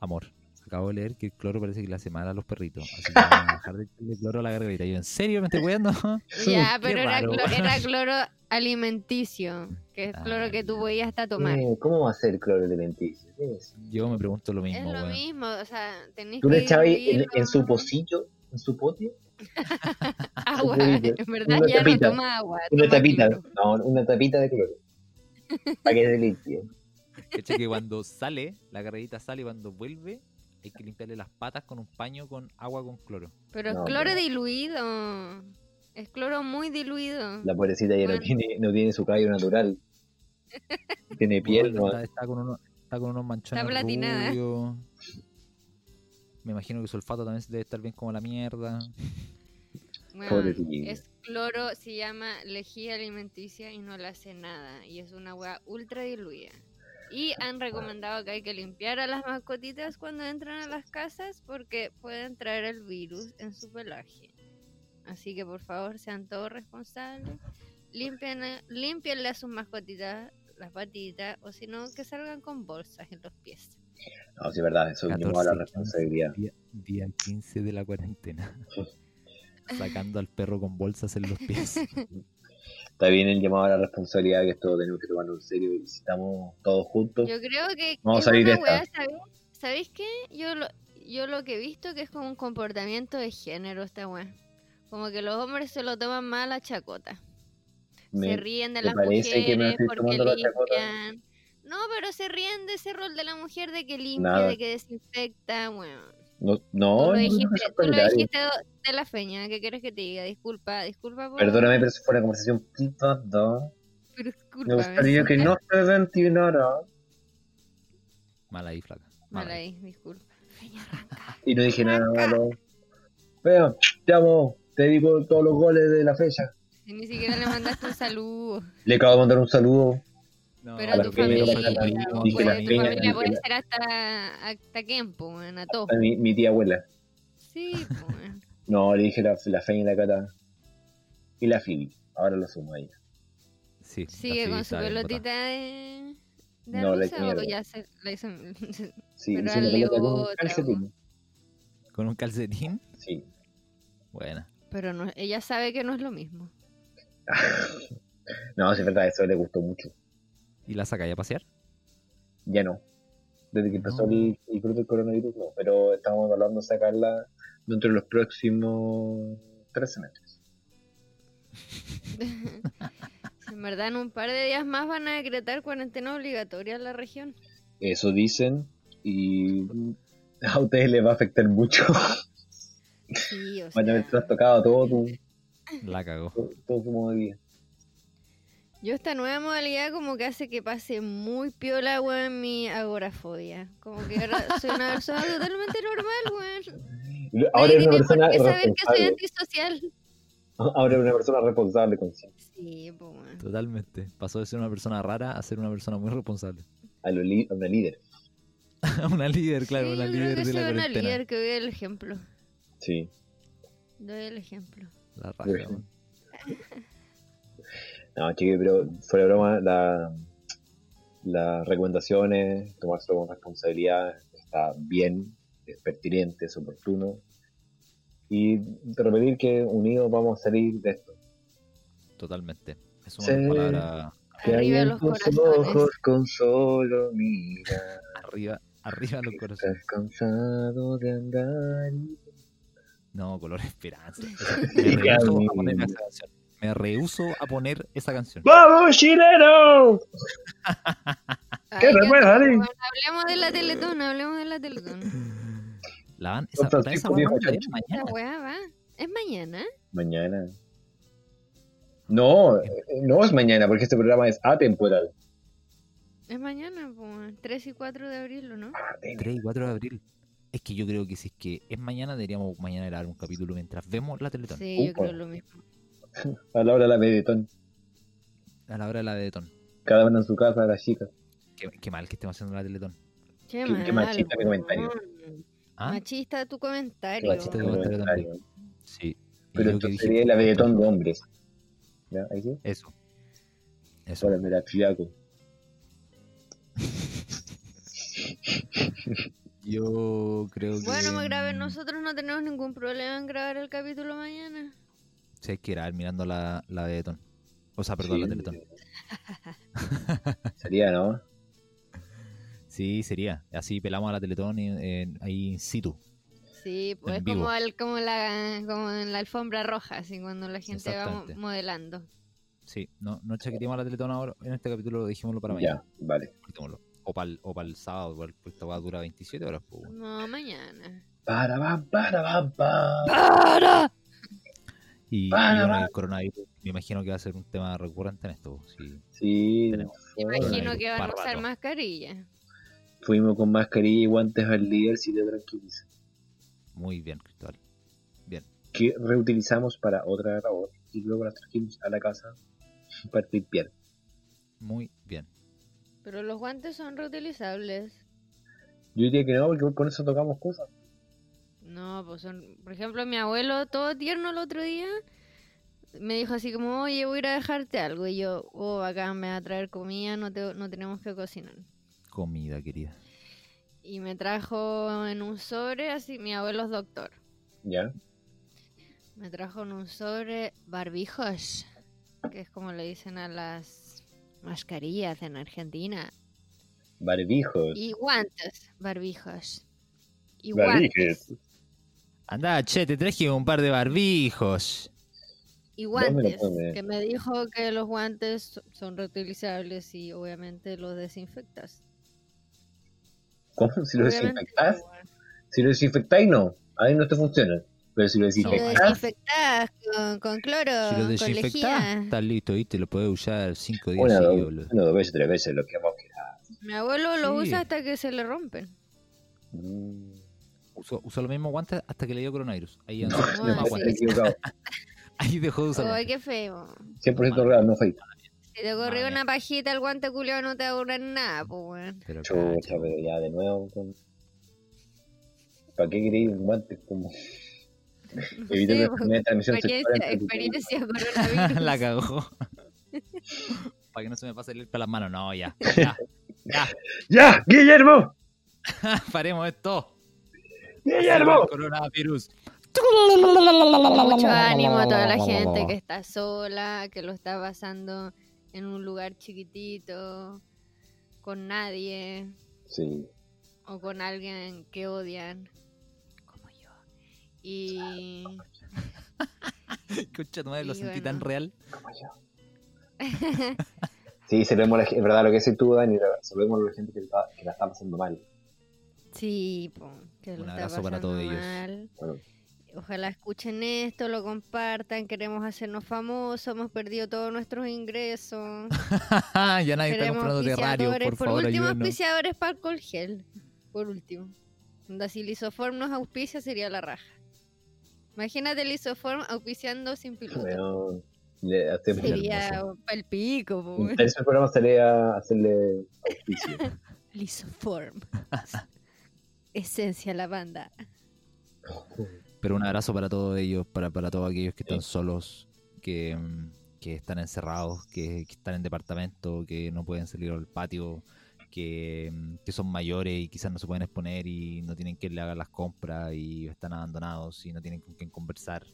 amor, acabo de leer que el cloro parece que le hace mal a los perritos. Así que
[laughs]
vamos a dejar de echarle cloro a la gargarita. Y yo, ¿en serio me estoy weando?
ya, pero era,
raro,
clo-
weón.
era cloro alimenticio, que es cloro que
Ah,
tú podías hasta tomar.
Eh, ¿Cómo va a ser el cloro alimenticio? ¿Qué es?
[laughs] Yo me pregunto lo
Es
mismo,
lo
weón.
mismo, o sea, tenés
¿Tú
que
le echabas en,
diluirlo.
en
[laughs]
su pocillo? ¿En su pote?
agua.
poquito,
En verdad
una
ya
tapita,
no toma agua.
Una
toma
tapita.
cloro.
No, una tapita de cloro. Para que se limpie.
Cacha que cuando sale, la gargarita sale y cuando vuelve, hay que limpiarle las patas con un paño con agua con cloro.
Pero es
No,
cloro
pero-
diluido. Es cloro muy diluido.
La pobrecita ya no
Bueno.
tiene, no tiene su callo natural. Tiene piel,
Weón,
¿no?
está, está con uno- está con unos manchones
platinada.
rubios. Me imagino que su olfato también debe estar bien como la mierda.
Weón,
Pobrecilla.
es cloro, se llama lejía alimenticia y no le hace nada. Y es una agua ultra diluida. Y han recomendado que hay que limpiar a las mascotitas cuando entran a las casas porque pueden traer el virus en su pelaje. Así que por favor sean todos responsables. Limpien, limpienle a sus mascotitas las patitas o si no que salgan con bolsas en los pies.
No, sí, es verdad, eso es un llamado a
14,
la responsabilidad.
Día, día 15 de
[laughs]
la cuarentena. Sacando al perro con bolsas en los
[laughs]
pies.
Está bien el llamado a la responsabilidad, que esto tenemos que tomarlo en serio. Y si estamos todos juntos,
Yo creo que
Vamos a
es
salir de
una
esta.
weá, ¿sabéis- ¿Sabéis qué? Yo lo, yo lo que he visto que es como un comportamiento de género esta weá. Como que los hombres se lo toman mal a chacota. se
me-
ríen de
me
las
parece
mujeres
que me estoy
porque
tomando la chacota.
limpian. No, pero se ríen de ese rol de la mujer de que limpia,
Nada.
de que desinfecta, weón.
no,
Tú
no,
lo
no,
dijiste,
no, es
tú lo
solidario.
dijiste de la feña, ¿qué quieres que te diga? Disculpa, disculpa por...
Perdóname, pero eso fue una conversación privada.
[laughs] pero
Me
discúlpame,
gustaría
sí.
que no se ventinara.
Mal ahí, flaca.
Mal
Mal
Ah.
ahí.
ahí, disculpa. Feña, arranca.
Y no dije nada malo. Veo, te amo, te digo todos los goles de la fecha.
Si Ni siquiera le mandaste un saludo.
Le acabo de mandar un saludo.
No,
Pero
a
a
la
tu
feña,
familia,
a la feña,
weón,
dije la
puede- tu
feña,
familia
dije
puede
la-
ser hasta, hasta Kempo, weón, a
[laughs]
todos.
a mi, mi tía abuela.
Sí, po, weón.
No, le dije la, la Feña y la Cata. Y la Fili. Ahora lo sumo a ella.
Sí, la
Sigue
Phoebe
con su
está bien botada.
pelotita de. de
No, la
rosa,
hice mierda.
o ya se la hizo.
Sí,
Pero
hice una
dale
pelota con un
otra,
calcetín.
Con un calcetín.
Sí.
Buena.
[laughs] Pero no, ella sabe que no es lo mismo. [laughs]
No, sí, es verdad, eso le gustó mucho.
¿Y la saca ya a pasear?
Ya no. Desde que empezó
No.
el, el brote del coronavirus, no. Pero estamos hablando de sacarla dentro de los próximos 13 meses.
En verdad, en un par de días más van a decretar cuarentena obligatoria en la región.
Eso dicen. Y [laughs] a ustedes les va a afectar mucho. [laughs]
Sí, o
Van a
sea.
haber trastocado todo tu,
La cagó.
todo, todo su modo de vida.
Yo esta nueva modalidad como que hace que pase muy piola, weón, mi agorafobia. Como que ahora soy una
[laughs]
persona totalmente normal, weón.
Y Ahora es una
tiene por
persona
qué saber que soy
responsable.
antisocial.
[laughs] Ahora es una persona responsable con sí.
Sí, pues bueno.
Totalmente. Pasó de ser una persona rara a ser una persona muy responsable. [laughs]
A, lo li- a una líder.
una líder, claro,
Sí,
una
yo creo
líder
que
de la
soy una
cuarentena.
líder que doy el ejemplo.
Sí.
Doy el ejemplo.
La raja,
Bueno.
weón.
No, chiquillos, pero fuera de broma, la, las recomendaciones, tomárselo con responsabilidad, está bien, es pertinente, es oportuno. Y repetir que unidos vamos a salir de esto.
Totalmente. Es una
Sí.
palabra
Que
Arriba
hay en
los
tus
corazones.
ojos con solo mira.
arriba, arriba los corazones.
Estás cansado de andar. y-
No, color esperanza. Me
Sí,
rehuso
amigo.
a poner esa canción. Me rehuso a poner esa canción.
¡Vamos, chileno! ¿Qué
Ay,
remueve,
otro,
Ale?
weón. Hablemos de la Teletón, hablemos de la Teletón.
La van, esa,
Don
esa
Francisco
weá
Viejo
van a ver
Chancho.
La
mañana.
weá va. ¿Es mañana?
Mañana. No, eh, no es mañana, porque este programa es atemporal.
Es mañana, pues. 3 y 4 de abril, ¿o no?
3 y 4 de abril. Es que yo creo que si es que es mañana, deberíamos mañana grabar un capítulo mientras vemos la Teletón.
Sí, yo
Upa.
creo lo mismo.
A la hora de la meditón.
A la hora de la Teletón.
Cada uno en su casa, las chicas.
Qué, qué mal que estemos haciendo la Teletón.
Che,
Qué- qué machista mi comentario.
weón.
¿Ah?
Machista tu comentario.
machista tu
Pero
comentario.
en
también.
Italia.
Sí. Y yo
Pero
que
esto
dije,
sería la meditón de hombres. ¿Ya? Ahí sí.
Eso. Eso.
Solo me la triaco.
Yo creo
Pues
que.
Bueno, más grave,
mm,
nosotros no tenemos ningún problema en grabar el capítulo mañana.
Sí, hay que grabar mirando la, la Teletón. O sea, Ah, perdón,
Sí.
la Teletón.
Sería, ¿no?
Sí, sería. Así pelamos a la Teletón y, en- ahí in situ.
Sí, pues
En
es como,
vivo.
el, como, la, como en la alfombra roja, así cuando la gente va mo-
Exactamente.
modelando.
Sí, no, no chaqueteamos a la Teletón ahora. En este capítulo dijimoslo [laughs] para mañana.
Ya, vale.
Cortémoslo. O para el, o pa'l sábado, porque esta va a durar 27 horas. pues, bueno.
No, mañana.
Para, va, para, va, va.
¡Para!
Y, y
Para,
bueno,
para.
el coronavirus, me imagino que va a ser un tema recurrente en esto. pues, sí.
Sí.
Tenemos.
bueno,
Imagino
ahí,
que van a
para
usar
rato.
mascarilla.
Fuimos con mascarilla y guantes al líder si te tranquiliza.
Muy bien, Cristóbal.
Que reutilizamos para otra labor y luego las trajimos a la casa para limpiar.
Muy bien.
Pero los guantes son reutilizables.
Yo diría que no, porque con eso tocamos cosas.
No, pues son, por ejemplo, mi abuelo, todo tierno el otro día, me dijo así como, oye, voy a ir a dejarte algo. Y yo, oh, acá me va a traer comida, no, te- no tenemos que cocinar.
Comida, querida.
Y me trajo en un sobre, así, mi abuelo es doctor,
Ya,
me trajo en un sobre barbijos, que es como le dicen a las mascarillas en Argentina.
barbijos.
Y guantes, barbijos. Y guantes.
Barbijos.
Anda, che, te traje un par de barbijos.
Y
¿Dónde lo
guantes,
pone?
que me dijo que los guantes so- son reutilizables y obviamente los desinfectas.
¿Cómo? Si lo
Obviamente,
desinfectás.
pues, bueno.
Si lo desinfectáis, no. Ahí no te funciona. Pero si lo
Si lo
desinfectás,
desinfectas con, con cloro,
Si lo
Ah, con
desinfectás,
lejía.
está listo, ¿viste? Lo puedes usar 5 días
una,
seguidos,
dos,
boludo.
una, dos veces, tres veces, lo que vamos a quedar.
Mi abuelo lo
Sí.
usa hasta que se le rompen.
Mm.
Usó, usó los mismos guantes hasta que le dio coronavirus. Ahí,
No,
andó
no,
con más
sí.
estoy
guantes.
equivocado.
Ahí dejó de usar
Ay,
guantes.
qué feo.
100% real, no fake.
Si te corrió
Madre.
una pajita al guante culiao no te va a durar nada, pues weón.
Pero
Chucha,
cacha,
pero ya de nuevo. con- ¿Para qué queréis un guante? Como
No sé, [laughs]
evitar
pues,
la enfermedad de transmisión sexual.
experiencia,
entre tu primo.
experiencia [laughs] coronavirus.
[laughs] La cagó. Para que no se me pase el para las manos. No, ya. Ya. [laughs] ya.
¡Ya! ¡Guillermo!
Paremos esto.
¡Guillermo!
El Coronavirus. [laughs]
Mucho ánimo a toda la gente que está sola, que lo está pasando en un lugar chiquitito, con nadie
Sí,
o con alguien que odian, como yo. Y
Escucha, tu madre, lo
Sí,
sentí
bueno.
tan real. [laughs]
como yo. Sí, salvemos a la es verdad lo que dices tú, Dani, salvemos a la gente que, está- que la está pasando mal.
sí, po, que lo
Un
está
abrazo para
pasando
todos ellos.
mal.
Bueno,
Ojalá escuchen esto, lo compartan, queremos hacernos famosos, hemos perdido todos nuestros ingresos.
ya nadie está
Queremos
comprando terrario.
auspiciadores.
Por
Por,
favor,
último,
ayúdenos.
auspiciadores para alcohol gel. Por último. Onda, si Lisoform nos auspicia, sería la raja. Imagínate Lisoform auspiciando sin piloto.
bueno, le hacemos
Sí.
Sería el pico, po,
un
weón.
tercer programa sería
[laughs]
hacerle auspicio.
[laughs]
Lisoform. Esencia la banda.
Pero un abrazo para todos ellos, para, para todos aquellos que están solos, que, mm, que están encerrados, que, que están en departamento, que no pueden salir al patio, que, mm, que son mayores y quizás no se pueden exponer y no tienen quien le haga las compras y están abandonados y no tienen con quien conversar.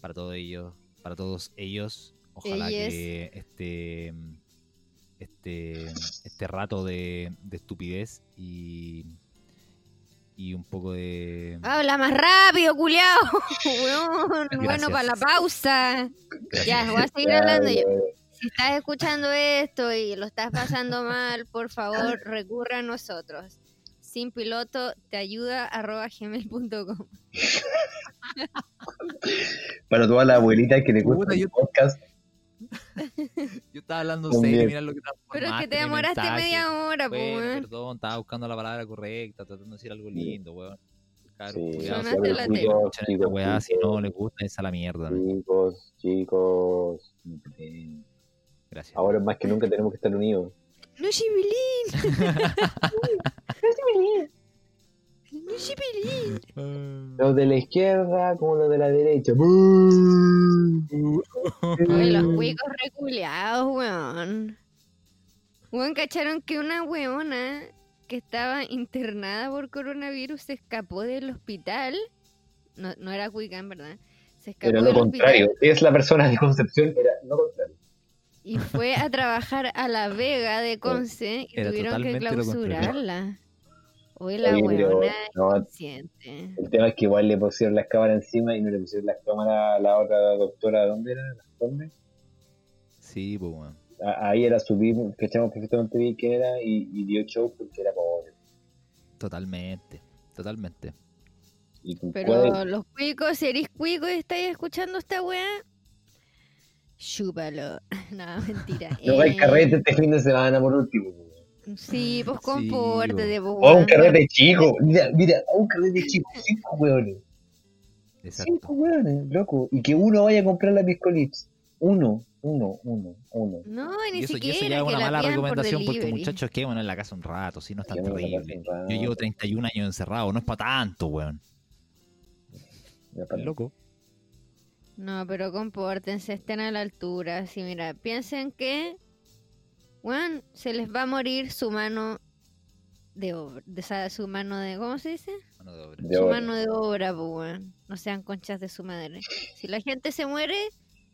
Para todos ellos, para todos ellos, ojalá
Ellas.
que este mm, este este rato de, de estupidez y y un poco de
Habla más rápido, culiao. [laughs] Weón, bueno,
Gracias.
para la pausa. Ya, voy a seguir
Ya,
hablando
ya,
yo.
ya.
Si estás escuchando esto y lo estás pasando mal, por favor, recurra a nosotros. Sin piloto te ayuda arroba gmail.com.
Para todas las abuelitas que le
Puta,
gustan
yo-
el podcast,
Yo estaba hablando
También.
serio, mirá lo que transformaste
Pero es que te
mi
demoraste
mensaje.
media hora, po,
Bueno,
weón.
perdón, estaba buscando la palabra correcta, tratando de decir algo lindo, weón. Claro,
Sí,
cuidado,
Sonaste
si
la
no escuchan
tele.
esta weá, si no les gusta, es a la mierda.
Chicos, chicos. eh,
Gracias.
Ahora más que nunca tenemos que estar unidos.
No Shibilín, no Shibilín.
Mm.
Los de la izquierda como los de la derecha. ¡Bú!
Oye, los huecos reculeados, weón. Weón, cacharon que una weona que estaba internada por coronavirus se escapó del hospital. No, no era cuica, en verdad. Se escapó
Era lo
del
contrario.
hospital
Es la persona de Concepción. Era lo contrario.
y fue a trabajar a la Vega de Conce y
Era
tuvieron que
totalmente lo contrario.
clausurarla. Oye, la
Oye, pero-
weona
no,
siente.
el tema es que igual le pusieron las cámaras encima y no le pusieron las cámaras a la otra doctora. ¿Dónde era? ¿Dónde?
Sí, pues, weón.
A- ahí era subir, cachamos perfectamente bien quién era y, y dio show porque era pobre.
Totalmente. Totalmente.
Y con
Pero
cuadro-
los cuicos, si eres cuico y estáis escuchando esta weá, chúpalo. [laughs] No, mentira.
[laughs] no va el
Eh,
carrete este fin de semana por último.
Sí, pues
Sí,
compórtate, pues
O un
weón.
carrete chico, mira, mira, a un carrete chico, cinco hueones, cinco
Exacto.
hueones, loco. Y que uno vaya a comprar la piscolips. Uno, uno, uno, uno.
No, ni
Y eso, y eso
siquiera.
ya es una
que la pidan
mala
por
recomendación porque
delivery.
muchachos que bueno en la casa un rato, si no es tan
Quémonos en la casa
terrible.
un rato.
Yo llevo 31 años encerrado, no es para tanto, weón.
Ya para-
Loco.
No, pero compórtense, estén a la altura. Sí, mira, piensen que, weón, se les va a morir su mano de obra. De, esa- su mano de, ¿cómo se dice?
Mano de obra.
De
su
obra.
mano de obra, pues, weón. No sean conchas de su madre. Si la gente se muere,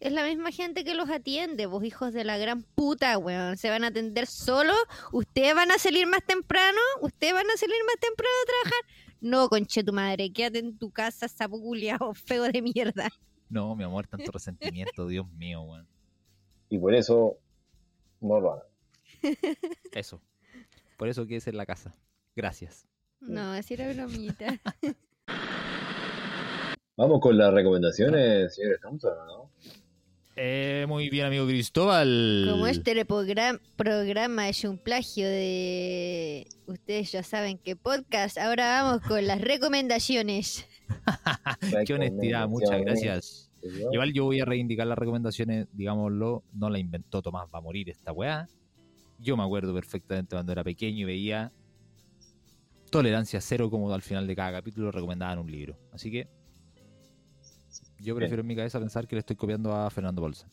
es la misma gente que los atiende, vos hijos de la gran puta, weón. Se van a atender solo, ustedes van a salir más temprano, ustedes van a salir más temprano a trabajar. No, conche tu madre, quédate en tu casa, sapo culiao, feo de mierda.
No, mi amor, tanto resentimiento, Dios mío, weón.
Y por eso no lo hagan.
Eso. Por eso quédese en la casa. Gracias.
No, así era bromita.
Vamos con las recomendaciones, señores Thompson, ¿no?
Eh, muy bien, amigo Cristóbal.
Como este program- programa es un plagio de... Ustedes ya saben qué podcast. Ahora vamos con las recomendaciones.
[laughs] Qué honestidad, muchas gracias. Igual yo voy a reivindicar las recomendaciones, digámoslo, no la inventó Tomás, va a morir esta weá. Yo me acuerdo perfectamente cuando era pequeño y veía Tolerancia Cero como al final de cada capítulo recomendaban un libro. Así que yo prefiero en mi cabeza pensar que le estoy copiando a Fernando Bolsa.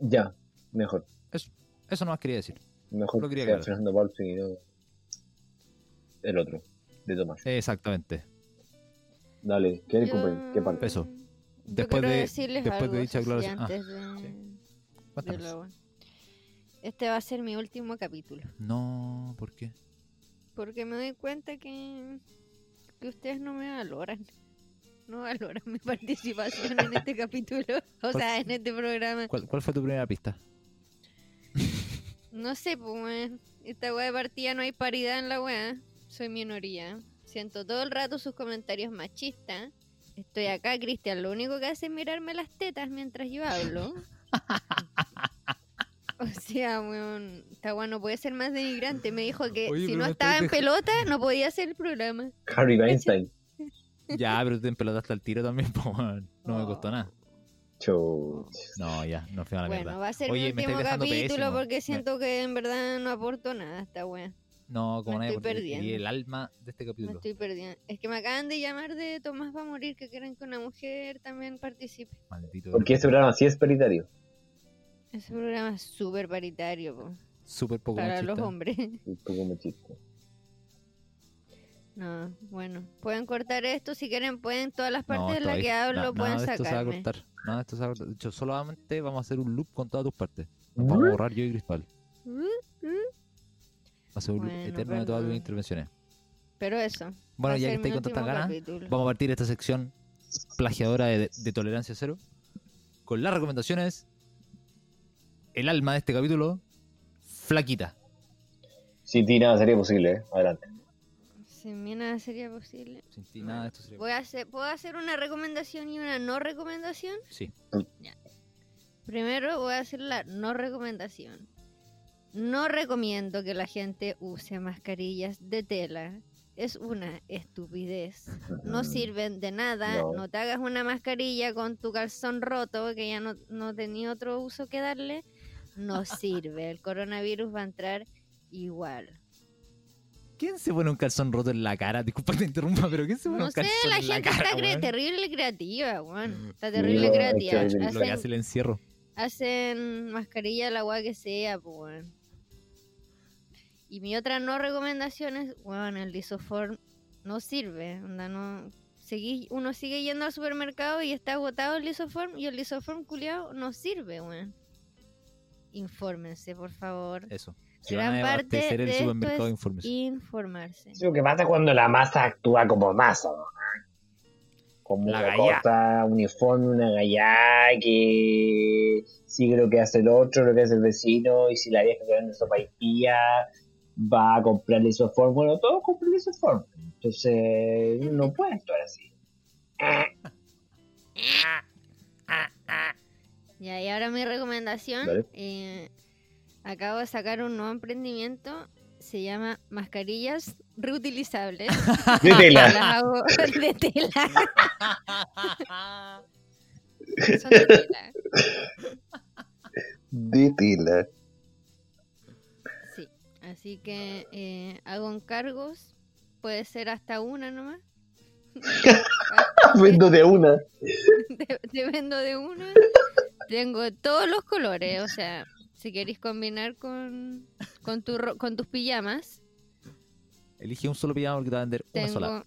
Ya, mejor.
Eso no más quería decir.
Mejor
Lo
que
quería
sea
aclarar.
Fernando Balfi y no el otro, de Tomás.
Exactamente.
Dale, ¿qué eres,
Yo-
compañero? pues, ¿Qué parte?
Eso.
Yo
Después
quiero
de-
decirles
después de
algo,
dicha
eso sí,
aclaración. Ah,
antes de-
sí.
de
Cuéntanos.
lo bueno. Este va a ser mi último capítulo.
No, ¿por qué?
Porque me doy cuenta que, que ustedes no me valoran. No valoran [laughs] mi participación en este capítulo. O
¿Por
sea,
qué?
en este programa.
¿Cuál, cuál fue tu primera pista?
No sé, pues, weón. Esta weá de partida no hay paridad en la weá. Soy minoría. Siento todo el rato sus comentarios machistas. Estoy acá, Cristian. Lo único que hace es mirarme las tetas mientras yo
[laughs]
hablo. O sea, weón, esta weá no puede ser más denigrante. Me dijo que si
Oye, pero
no
me
estaba
estáis
en
dej-
pelota, no podía hacer el programa.
Harry Weinstein.
Ya, pero te empelotaste al tiro también, [laughs] po, weón. No me
Oh.
costó nada. Oh.
Chau.
No, ya, no fui a Ah, la
bueno,
mierda.
va a ser
Oye,
mi
me estáis
último
dejando
capítulo
pésimo.
porque
Me-
siento que en verdad no aporto nada a esta weá.
No, como
me
nadie,
estoy
porque
perdiendo.
perdí el alma de este
Me
capítulo.
estoy perdiendo. Es que me acaban de llamar de Tomás va a morir, que quieren que una mujer también participe.
Maldito.
Porque este programa sí es paritario.
Ese programa es súper paritario po,
Súper poco
para
machista.
los hombres. [laughs]
Un poco machista.
No, bueno, pueden cortar esto si quieren, pueden todas las
No,
partes de
esto
las
ahí-
que hablo
na-
pueden
nada de esto se va a
sacarme.
cortar. Nada de esto se va a cortar. De hecho, solamente vamos a hacer un loop con todas tus partes. Nos vamos a borrar yo y Cristóbal. Va a ser un loop
¿Mm? Bueno,
eterno de todas tus
perdón.
intervenciones.
Pero eso. va
Bueno,
a
ya
ser
que
mi
estáis con tantas
último
ganas,
capítulo.
vamos a partir esta sección plagiadora de, de Tolerancia Cero con las recomendaciones. El alma de este capítulo, Flaquita.
Sin ti nada sería posible, ¿eh? Adelante.
Sin mí nada sería posible.
Sin ti nada de esto sería.
Voy a hacer, ¿Puedo hacer una recomendación y una no recomendación?
Sí.
Primero voy a hacer la no recomendación. No recomiendo que la gente use mascarillas de tela es una estupidez. No
Ujú.
sirven de nada.
Mm. No.
No. te hagas una mascarilla con tu calzón roto, que ya no, no tenía otro uso que darle. No sirve. El coronavirus va a entrar igual.
¿Quién se pone un calzón roto en la cara? Disculpa que te interrumpa, pero ¿quién se pone
No
un
sé,
calzón
la
en la
gente
cara?
está cre-
weón?
terrible creativa, weón. Está
Sí,
terrible
no, es
creativa.
terrible.
Lo que hace
Hacen,
el encierro.
hacen mascarilla la agua que sea, po, weón. Y mi otra no recomendación es, weón, el lisoform no sirve. Onda, no, seguí, uno sigue yendo al supermercado y está agotado el lisoform y el lisoform culiado no sirve, weón. Infórmense, por favor.
Eso. Si
Gran
van a
parte
abastecer
de
el
esto
supermercado,
es
informes.
Informarse.
Es lo que pasa cuando la masa actúa como masa. ¿no? Como
La
una
gallá.
cosa uniforme, una gallá que sigue lo que hace el otro, lo que hace el vecino, y si la vieja que vende sopa y pía va a comprarle su forma, bueno, todos comprarle su forma. Entonces, no puede actuar
[laughs]
así.
Ya, y ahora mi recomendación.
Dale.
eh, acabo de sacar un nuevo emprendimiento. Se llama mascarillas reutilizables.
De tela.
[laughs] Las hago de tela. Son de tela.
De [laughs] tela.
Sí. Así que eh, hago encargos. Puede ser hasta una nomás. [laughs]
Vendo Ah, de una.
te, te vendo de una. Tengo todos los colores, o sea, si queréis combinar con, con, tu, ro- con tus pijamas,
Elige un solo pijama porque te va a vender una
tengo...
sola.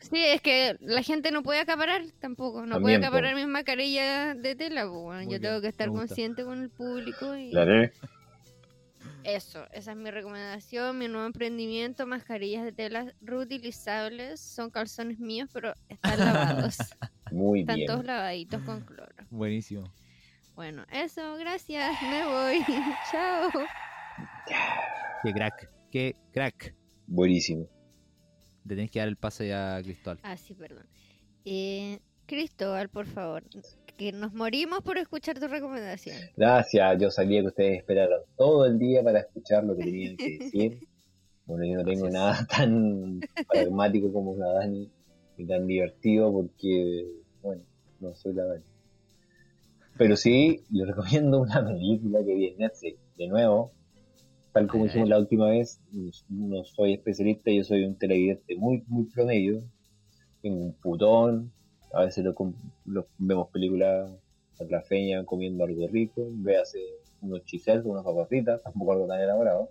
Sí, es que la gente no puede acaparar tampoco, no puede
También, po.
acaparar mis mascarillas de tela, pues, bueno,
Muy
yo
bien,
tengo que estar
me gusta.
consciente con el público y eso, esa es mi recomendación, mi nuevo emprendimiento, mascarillas de tela reutilizables, son calzones míos, pero están
[laughs]
lavados,
Muy
están
bien.
todos lavaditos con cloro.
Buenísimo.
Bueno, eso, gracias, me voy. [laughs] Chao.
Qué crack. Qué crack.
Buenísimo.
Le tenés que dar el pase a Cristóbal.
Ah, sí, perdón. Eh, Cristóbal, por favor, que nos morimos por escuchar tu recomendación.
Gracias, yo sabía que ustedes esperaron todo el día para escuchar lo que
[laughs]
tenían que decir. Bueno, yo no
Así
tengo
es.
nada [laughs] tan pragmático como la Dani, ni tan divertido porque, bueno, no soy la Dani. Pero sí, les recomiendo una película que vi en Netflix, de nuevo. Tal como
A
dijimos la última vez, no soy especialista, yo soy un televidente muy, muy promedio. Tengo un putón, a veces lo, com- lo- vemos películas la feña comiendo algo rico, véase unos chiselos, unas papas tampoco algo tan elaborado.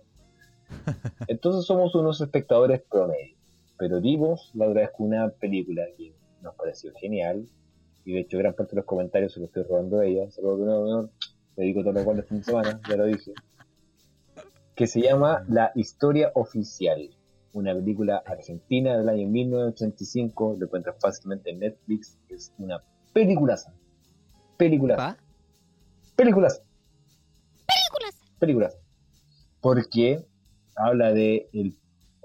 Entonces somos unos espectadores promedio, pero vimos la otra vez que una película que nos pareció genial, y de hecho gran parte de los comentarios se los estoy robando a ella, se lo doy un honor, le digo todo lo cual el fin de semana, ya lo dije, que se llama La Historia Oficial, una película argentina del año 1985, lo encuentras fácilmente en Netflix, es una peliculaza, peliculaza
¿Va?
películas. Películas. Películas. Porque habla de el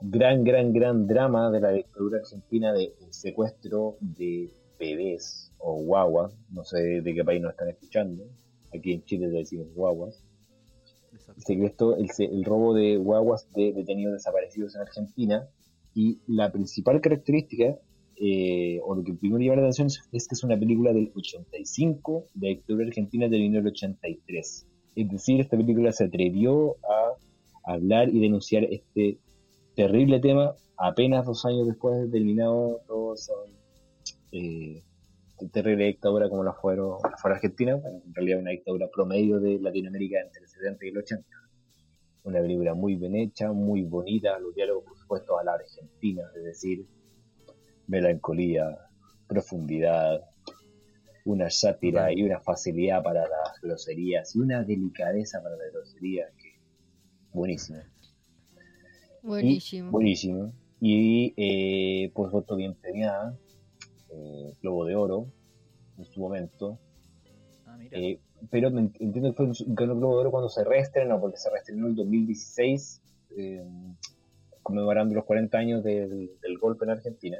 gran, gran, gran drama de la dictadura argentina de el secuestro de bebés o guaguas. No sé de qué país nos están escuchando. Aquí en Chile le decimos guaguas. El secuestro, el, se- el robo de guaguas de detenidos desaparecidos en Argentina. Y la principal característica, eh, o lo que primero llama la atención, es- es que es una película del 85, de la dictadura argentina terminó el 83. Es decir, esta película se atrevió a hablar y denunciar este terrible tema apenas dos años después de terminado todo esa eh, terrible dictadura como la fueron, fue la Argentina, bueno, en realidad una dictadura promedio de Latinoamérica entre el 70 y el 80 una película muy bien hecha, muy bonita, los diálogos por supuesto a la argentina, es decir, melancolía, profundidad, una sátira y una facilidad para las groserías y una delicadeza para las groserías que buenísima.
Buenísimo.
Buenísimo. Y eh, por supuesto bien premiada, eh, Globo de Oro en su momento.
Ah, mira.
Eh, pero me ent- entiendo que fue un s- ganó el Globo de Oro cuando se reestrenó, porque se reestrenó en el 2016, eh, conmemorando los 40 años del, del golpe en Argentina.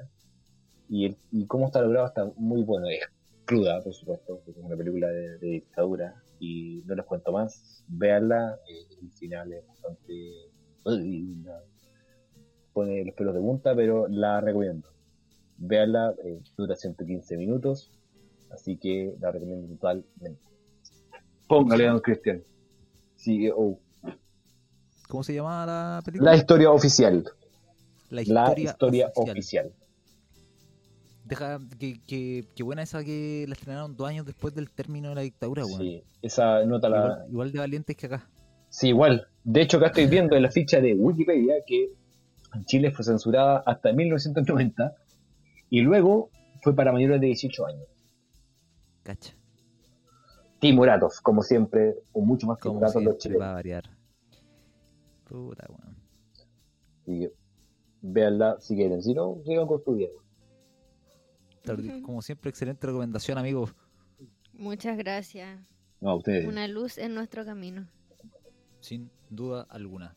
Y, el- y cómo está logrado está muy bueno. Es cruda, por supuesto, porque es una película de, de dictadura. Y no les cuento más. Véanla, eh, el final es bastante... Uy, no. pone los pelos de punta, pero la recomiendo. Veanla, eh, dura 115 minutos, así que la recomiendo totalmente. Póngale a don Cristian. Sigue, oh,
¿Cómo se llamaba la película?
La historia oficial.
La
La historia oficial.
Deja, que, que- que buena esa que la estrenaron dos años después del término de la dictadura, weón.
Sí, esa nota la,
Igual, igual de valientes que acá.
Sí, igual. De hecho, acá estoy viendo en la ficha de Wikipedia que Chile fue censurada hasta 1990 y luego fue para mayores de 18 años.
Cacha.
Timoratos, como siempre, o mucho más
Como
timoratos los
siempre va
chilenos.
a variar. Puta, weón.
Así que, véanla si quieren. Si no, sigan construyendo.
Extraordi- Como siempre, excelente recomendación, amigos.
Muchas gracias.
No, ustedes.
Una luz en nuestro camino.
Sin duda alguna.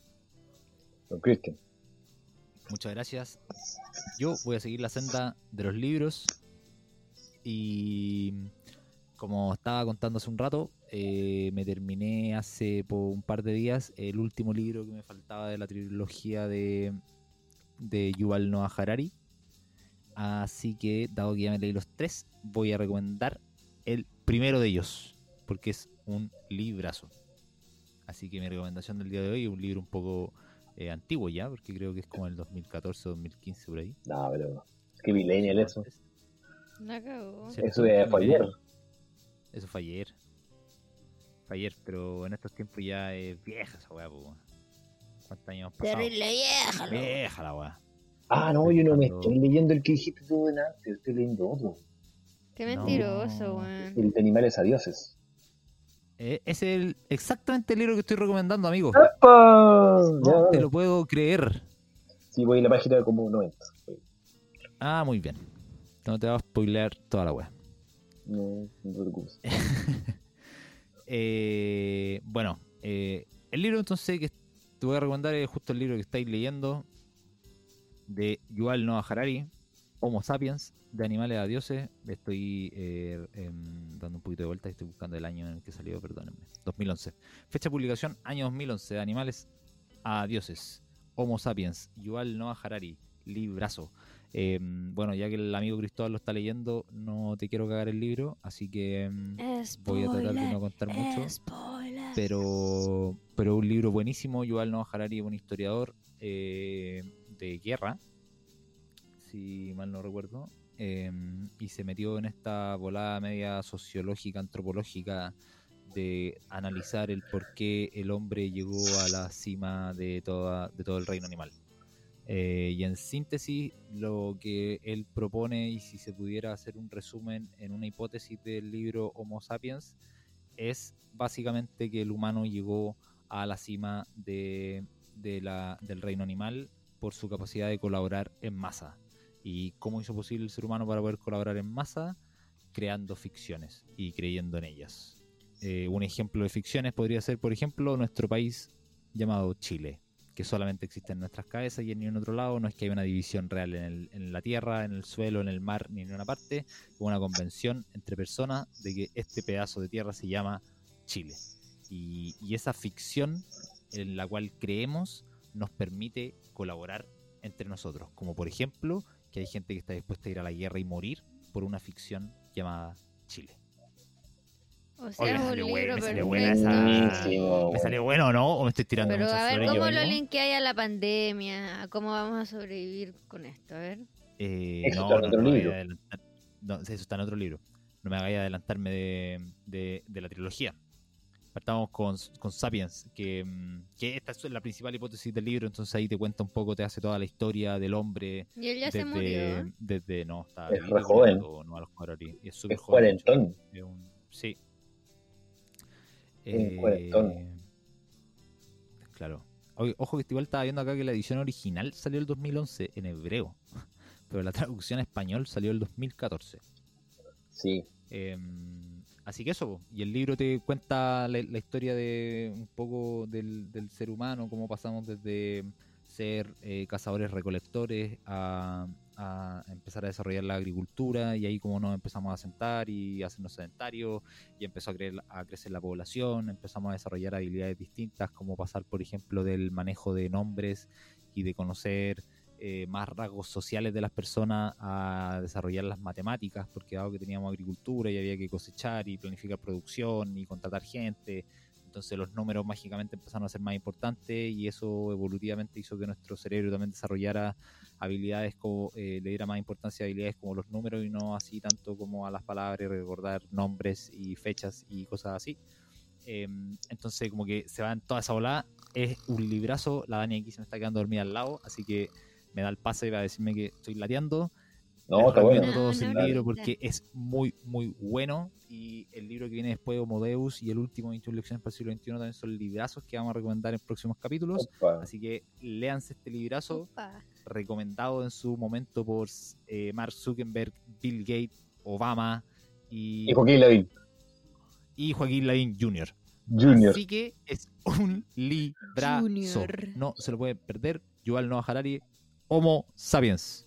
Don Cristian.
Muchas gracias. Yo voy a seguir la senda de los libros. Y como estaba contando hace un rato, eh, me terminé hace po- un par de días el último libro que me faltaba de la trilogía de, de Yuval Noah Harari. Así que, dado que ya me leí los tres, voy a recomendar el primero de ellos, porque es un librazo. Así que mi recomendación del día de hoy es un libro un poco eh, antiguo ya, porque creo que es como el 2014, 2015 por ahí.
No, pero. Es que millennial eso.
La cagó.
Sí.
Eso de fue ayer.
Eso fue ayer. Fue ayer, pero en estos tiempos ya es vieja esa weá, po. ¿Cuántos años han pasado?
Terrible vieja.
Vieja la weá.
Ah, no, yo no me
Cuando-
estoy leyendo el que dijiste tú delante. Estoy leyendo otro.
Qué
No.
mentiroso, weón.
El de animales a dioses.
Eh, es el, exactamente el libro que estoy recomendando, amigo.
¡Epa!
No
Ah, Ya,
te lo puedo creer.
Sí, voy a la página como 90.
Ah, muy bien. No te va a spoilear toda la weá.
No, no te preocupes.
Eh, bueno, eh, el libro entonces que te voy a recomendar es justo el libro que estáis leyendo de Yuval Noah Harari, Homo Sapiens, de animales a dioses. Estoy eh, em, dando un poquito de vuelta, estoy buscando el año en el que salió, perdónenme. 2011. Fecha de publicación, año 2011, de animales a dioses. Homo Sapiens, Yuval Noah Harari, librazo. Em, bueno, ya que el amigo Cristóbal lo está leyendo, no te quiero cagar el libro, así que... em, voy a tratar de no contar mucho,
Spoiler.
pero, pero un libro buenísimo. Yuval Noah Harari es un historiador eh, de guerra, si mal no recuerdo, eh, y se metió en esta volada media sociológica, antropológica, de analizar el por qué el hombre llegó a la cima de, toda, de todo el reino animal. Eh, y en síntesis, lo que él propone, y si se pudiera hacer un resumen en una hipótesis del libro Homo Sapiens, es básicamente que el humano llegó a la cima de, de la- del reino animal por su capacidad de colaborar en masa. ¿Y cómo hizo posible el ser humano para poder colaborar en masa? Creando ficciones y creyendo en ellas. Eh, un ejemplo de ficciones podría ser, por ejemplo, nuestro país llamado Chile, que solamente existe en nuestras cabezas y en ningún otro lado. No es que haya una división real en, el- en la tierra, en el suelo, en el mar, ni en una parte. Hubo una convención entre personas de que este pedazo de tierra se llama Chile. Y, y esa ficción en la cual creemos nos permite colaborar entre nosotros. Como por ejemplo, que hay gente que está dispuesta a ir a la guerra y morir por una ficción llamada Chile.
O
Oye,
sea, es un
salió buena,
libro
salió
perfecto.
buena esa.
Buenísimo.
¿Me salió bueno o no? ¿O me estoy tirando
Pero
muchas
a ver
flores yo
cómo lo
mismo?
linkeáis a la pandemia, a cómo vamos a sobrevivir con esto, a ver.
Eh,
Eso
no,
está en
no,
otro
no me
libro.
vaya a adelantar. No, eso está en otro libro. No me hagáis adelantarme de, de- de la trilogía. Partamos con, con Sapiens, que, mm, que esta es la principal hipótesis del libro, entonces ahí te cuenta un poco, te hace toda la historia del hombre.
Y él ya
desde,
se murió.
desde- no, está
Es
vivo,
re joven.
culiado, no, a los Harari. Es súper
Es
joven. de hecho.
cuarentón.
Es un- sí.
Un cuarentón.
Eh, Claro. Oye, ojo que este igual estaba viendo acá que la edición original salió el 2011 en hebreo, [laughs] pero la traducción a español salió el 2014.
Sí.
Eh, así que eso, po. y el libro te cuenta la, la historia de un poco del, del ser humano, cómo pasamos desde ser eh, cazadores recolectores a, a empezar a desarrollar la agricultura y ahí como nos empezamos a sentar y a hacernos sedentarios y empezó a, creer- a crecer la población, empezamos a desarrollar habilidades distintas como pasar por ejemplo del manejo de nombres y de conocer eh, más rasgos sociales de las personas a desarrollar las matemáticas, porque dado que teníamos agricultura y había que cosechar y planificar producción y contratar gente, entonces los números mágicamente empezaron a ser más importantes y eso evolutivamente hizo que nuestro cerebro también desarrollara habilidades como, eh, le diera más importancia a habilidades como los números y no así tanto como a las palabras, y recordar nombres y fechas y cosas así. Eh, entonces como que se va en toda esa volada, es un librazo, la Dani aquí se me está quedando dormida al lado, así que me da el pase para decirme que estoy lateando.
No, está
recomiendo
bueno.
No,
todos
no,
el
no,
libro
no.
porque es muy, muy bueno. Y el libro que viene después, Homodeus, y el último, 21 lecciones para el siglo XXI, también son librazos que vamos a recomendar en próximos capítulos.
Opa.
Así que léanse este librazo,
Opa.
recomendado en su momento por eh, Mark Zuckerberg, Bill Gates, Obama y,
Y Joaquín Lavín
y Joaquín Lavín Jr.
Junior.
Así que es un librazo.
Junior.
No se lo puede perder. Yuval Noah Harari, Homo Sapiens.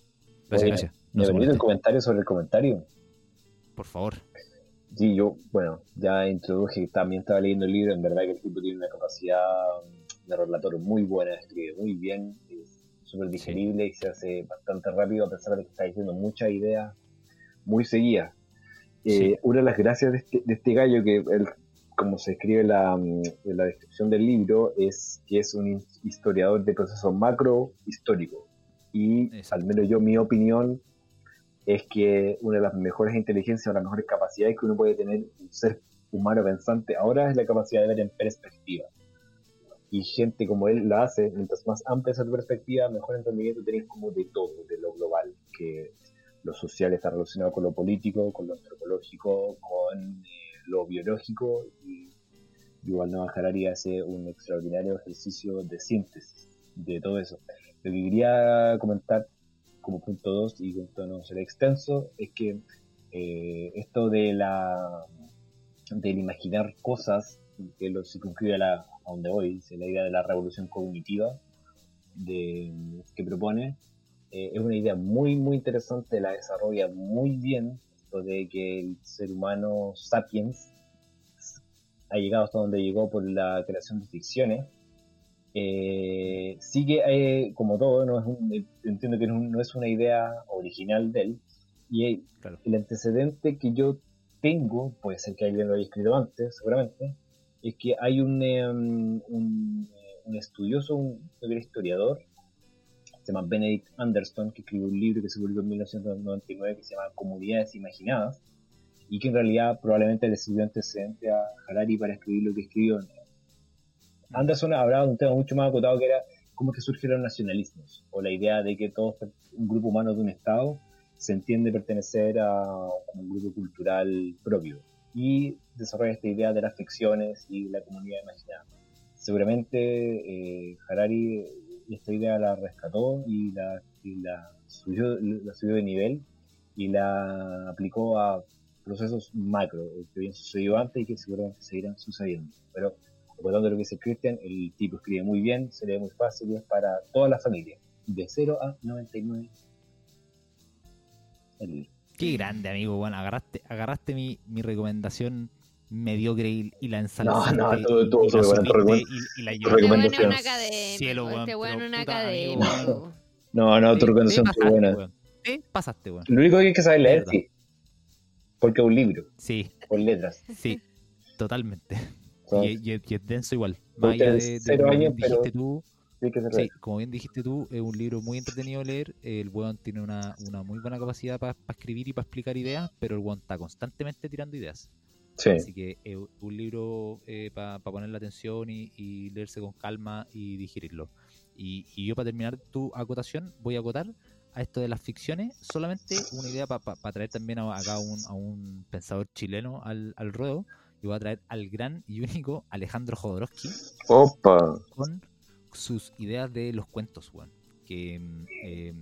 Gracias,
Oye,
gracias. No
¿Me
se
permite el
molesten,
comentario sobre el comentario?
por favor.
Sí, yo, bueno, ya introduje que también estaba leyendo el libro. En verdad que el tipo tiene una capacidad mm, de relator muy buena, escribe muy bien, es súper digerible y se hace bastante rápido, a pesar de que está diciendo muchas ideas muy seguidas. Eh,
Sí.
Una de las gracias de este, de este gallo, que él, como se escribe en la, mm, en la descripción del libro, es que es un his- historiador de procesos macro histórico. Y
Exacto.
al menos yo, mi opinión es que una de las mejores inteligencias o las mejores capacidades que uno puede tener un ser humano pensante ahora es la capacidad de ver en perspectiva. Y gente como él la hace, mientras más amplia esa tu perspectiva, mejor entendimiento tenés como de todo, de lo global, que lo social está relacionado con lo político, con lo antropológico, con eh, lo biológico, y igual Noah Harari hace un extraordinario ejercicio de síntesis de todo eso. Lo que quería comentar como punto 2 y punto no será extenso es que eh, esto de la del imaginar cosas que lo circunscribe a, la, a donde hoy, es la idea de la revolución cognitiva de, que propone, eh, es una idea muy, muy interesante, la desarrolla muy bien, esto de que el ser humano sapiens ha llegado hasta donde llegó por la creación de ficciones. Eh, sí que, eh, como todo, no es un- eh, entiendo que no, no es una idea original de él, y eh,
Claro.
el antecedente que yo tengo, puede ser que alguien lo haya escrito antes, seguramente, es que hay un, eh, um, un, eh, un estudioso, un, creo que era historiador, se llama Benedict Anderson, que escribió un libro que se publicó en 1999 que se llama Comunidades Imaginadas, y que en realidad probablemente le sirvió antecedente a Harari para escribir lo que escribió. Anderson hablaba de un tema mucho más acotado que era cómo es que surgen los nacionalismos, o la idea de que todo per- un grupo humano de un Estado se entiende pertenecer a un grupo cultural propio y desarrolla esta idea de las ficciones y la comunidad imaginada. Seguramente eh, Harari eh, esta idea la rescató y la, y la subió, la subió de nivel y la aplicó a procesos macro eh, que habían sucedido antes y que seguramente seguirán sucediendo. Pero, recordando lo que dice Christian, el tipo escribe muy bien, se lee muy fácil y es para toda la familia, de 0 a 99. El libro.
Qué grande, amigo. Bueno, agarraste, agarraste mi, mi recomendación mediocre y, y la ensalaste.
No, no, todo- todo
y la
sobre bueno,
supiste
recuerdo-
y- y la
Este
llevaste.
weón es
recomendación.
un académico.
Cielo, weón,
este weón es un
pero puta, amigo,
[laughs]
académico. [laughs]
No, no,
Te-
tu recomendación
te
fue
pasaste,
buena.
weón. Te pasaste, weón.
Lo único que hay que saber leer,
Mierda.
sí. Porque es un libro,
Sí,
con letras.
sí, totalmente.
Son-
Y, y- y es denso igual.
Voy
Más allá
a
de,
tener
de
cero
como bien
años, pero-
dijiste tú,
sí que se
sí,
lee.
como bien dijiste tú, es un libro muy entretenido de leer. El weón tiene una, una muy buena capacidad para escribir y para explicar ideas, pero el weón está constantemente tirando ideas.
Sí.
Así que es un libro para poner la atención y, y leerse con calma y digerirlo. Y, y yo para terminar tu acotación voy a acotar a esto de las ficciones solamente una idea para traer también a- acá un, a un pensador chileno al, al ruedo y voy a traer al gran y único Alejandro Jodorowsky
Opa.
con sus ideas de los cuentos, weón. Que mm, eh,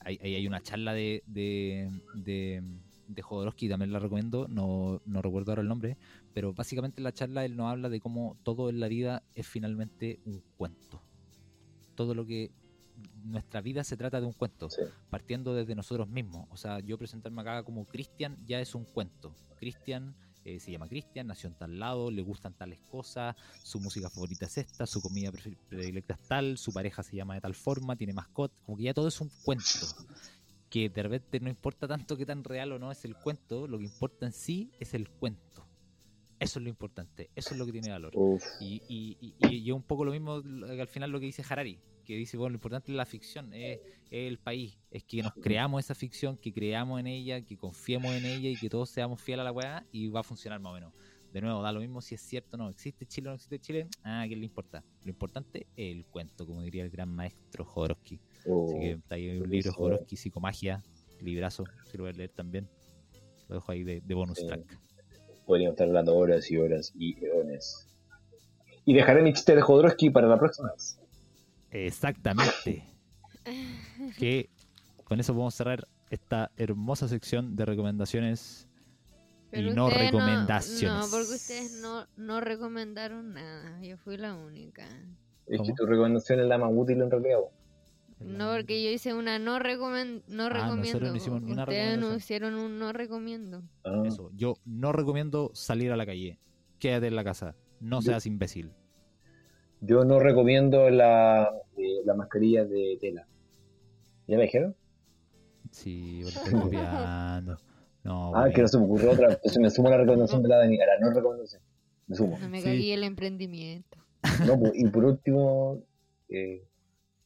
hay, hay- hay una charla de, de, de, de Jodorowsky, también la recomiendo, no, no recuerdo ahora el nombre, pero básicamente en la charla él nos habla de cómo todo en la vida es finalmente un cuento. Todo lo que nuestra vida se trata de un cuento
Sí.
partiendo desde nosotros mismos. O sea, yo presentarme acá como Cristian ya es un cuento. Cristian eh, se llama Cristian, nació en tal lado, le gustan tales cosas, su música favorita es esta, su comida pre- predilecta es tal, su pareja se llama de tal forma, tiene mascot, como que ya todo es un cuento. Que de repente no importa tanto qué tan real o no es el cuento, lo que importa en sí es el cuento. Eso es lo importante, eso es lo que tiene valor.
Uf,
Y, y, y- y- y es un poco lo mismo lo- que al final lo que dice Harari, que dice, bueno, lo importante es la ficción, es, es el país, es que nos creamos esa ficción, que creamos en ella, que confiemos en ella y que todos seamos fieles a la weá y va a funcionar más o menos. De nuevo, da lo mismo si es cierto o no, existe Chile o no existe Chile, ah, ¿a quién le importa? Lo importante es el cuento, como diría el gran maestro Jodorowsky.
oh,
Así que está ahí un
qué
libro,
cosa.
Jodorowsky, Psicomagia, librazo, si lo voy a leer también. Lo dejo ahí de, de bonus
Sí.
track.
podríamos estar hablando horas y horas y eones. Y dejaré mi chiste de Jodorowsky para la próxima vez.
Exactamente. que con eso podemos cerrar esta hermosa sección de recomendaciones. Y no
ustedes No,
recomendaciones.
porque ustedes no, no recomendaron nada. Yo fui la única.
Es que
¿Cómo?
tu recomendación es la más útil en realidad. bo.
No, porque yo hice una no, recomen no
Ah, nosotros
recomiendo.
no hicimos ni una
ustedes no
recomendación.
hicieron un no recomiendo.
Ah,
Eso, yo no recomiendo salir a la calle. Quédate en la casa. No seas imbécil.
Yo no recomiendo la, eh, la mascarilla de tela. ¿Ya me dijeron?
Sí, porque estoy
[laughs]
copiando. No,
ah,
bueno.
que no se me ocurrió otra. Entonces me sumo a la recomendación de la Dani, a la no recomendación. Me sumo.
No me
Sí.
caí el emprendimiento. [laughs]
No, po, y por último, eh,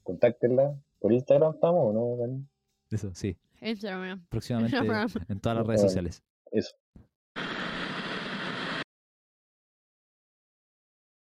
contáctenla. ¿Por Instagram estamos o no, Dani?
Eso, sí.
Instagram.
Próximamente
[laughs] No,
en todas las redes sociales.
Eso.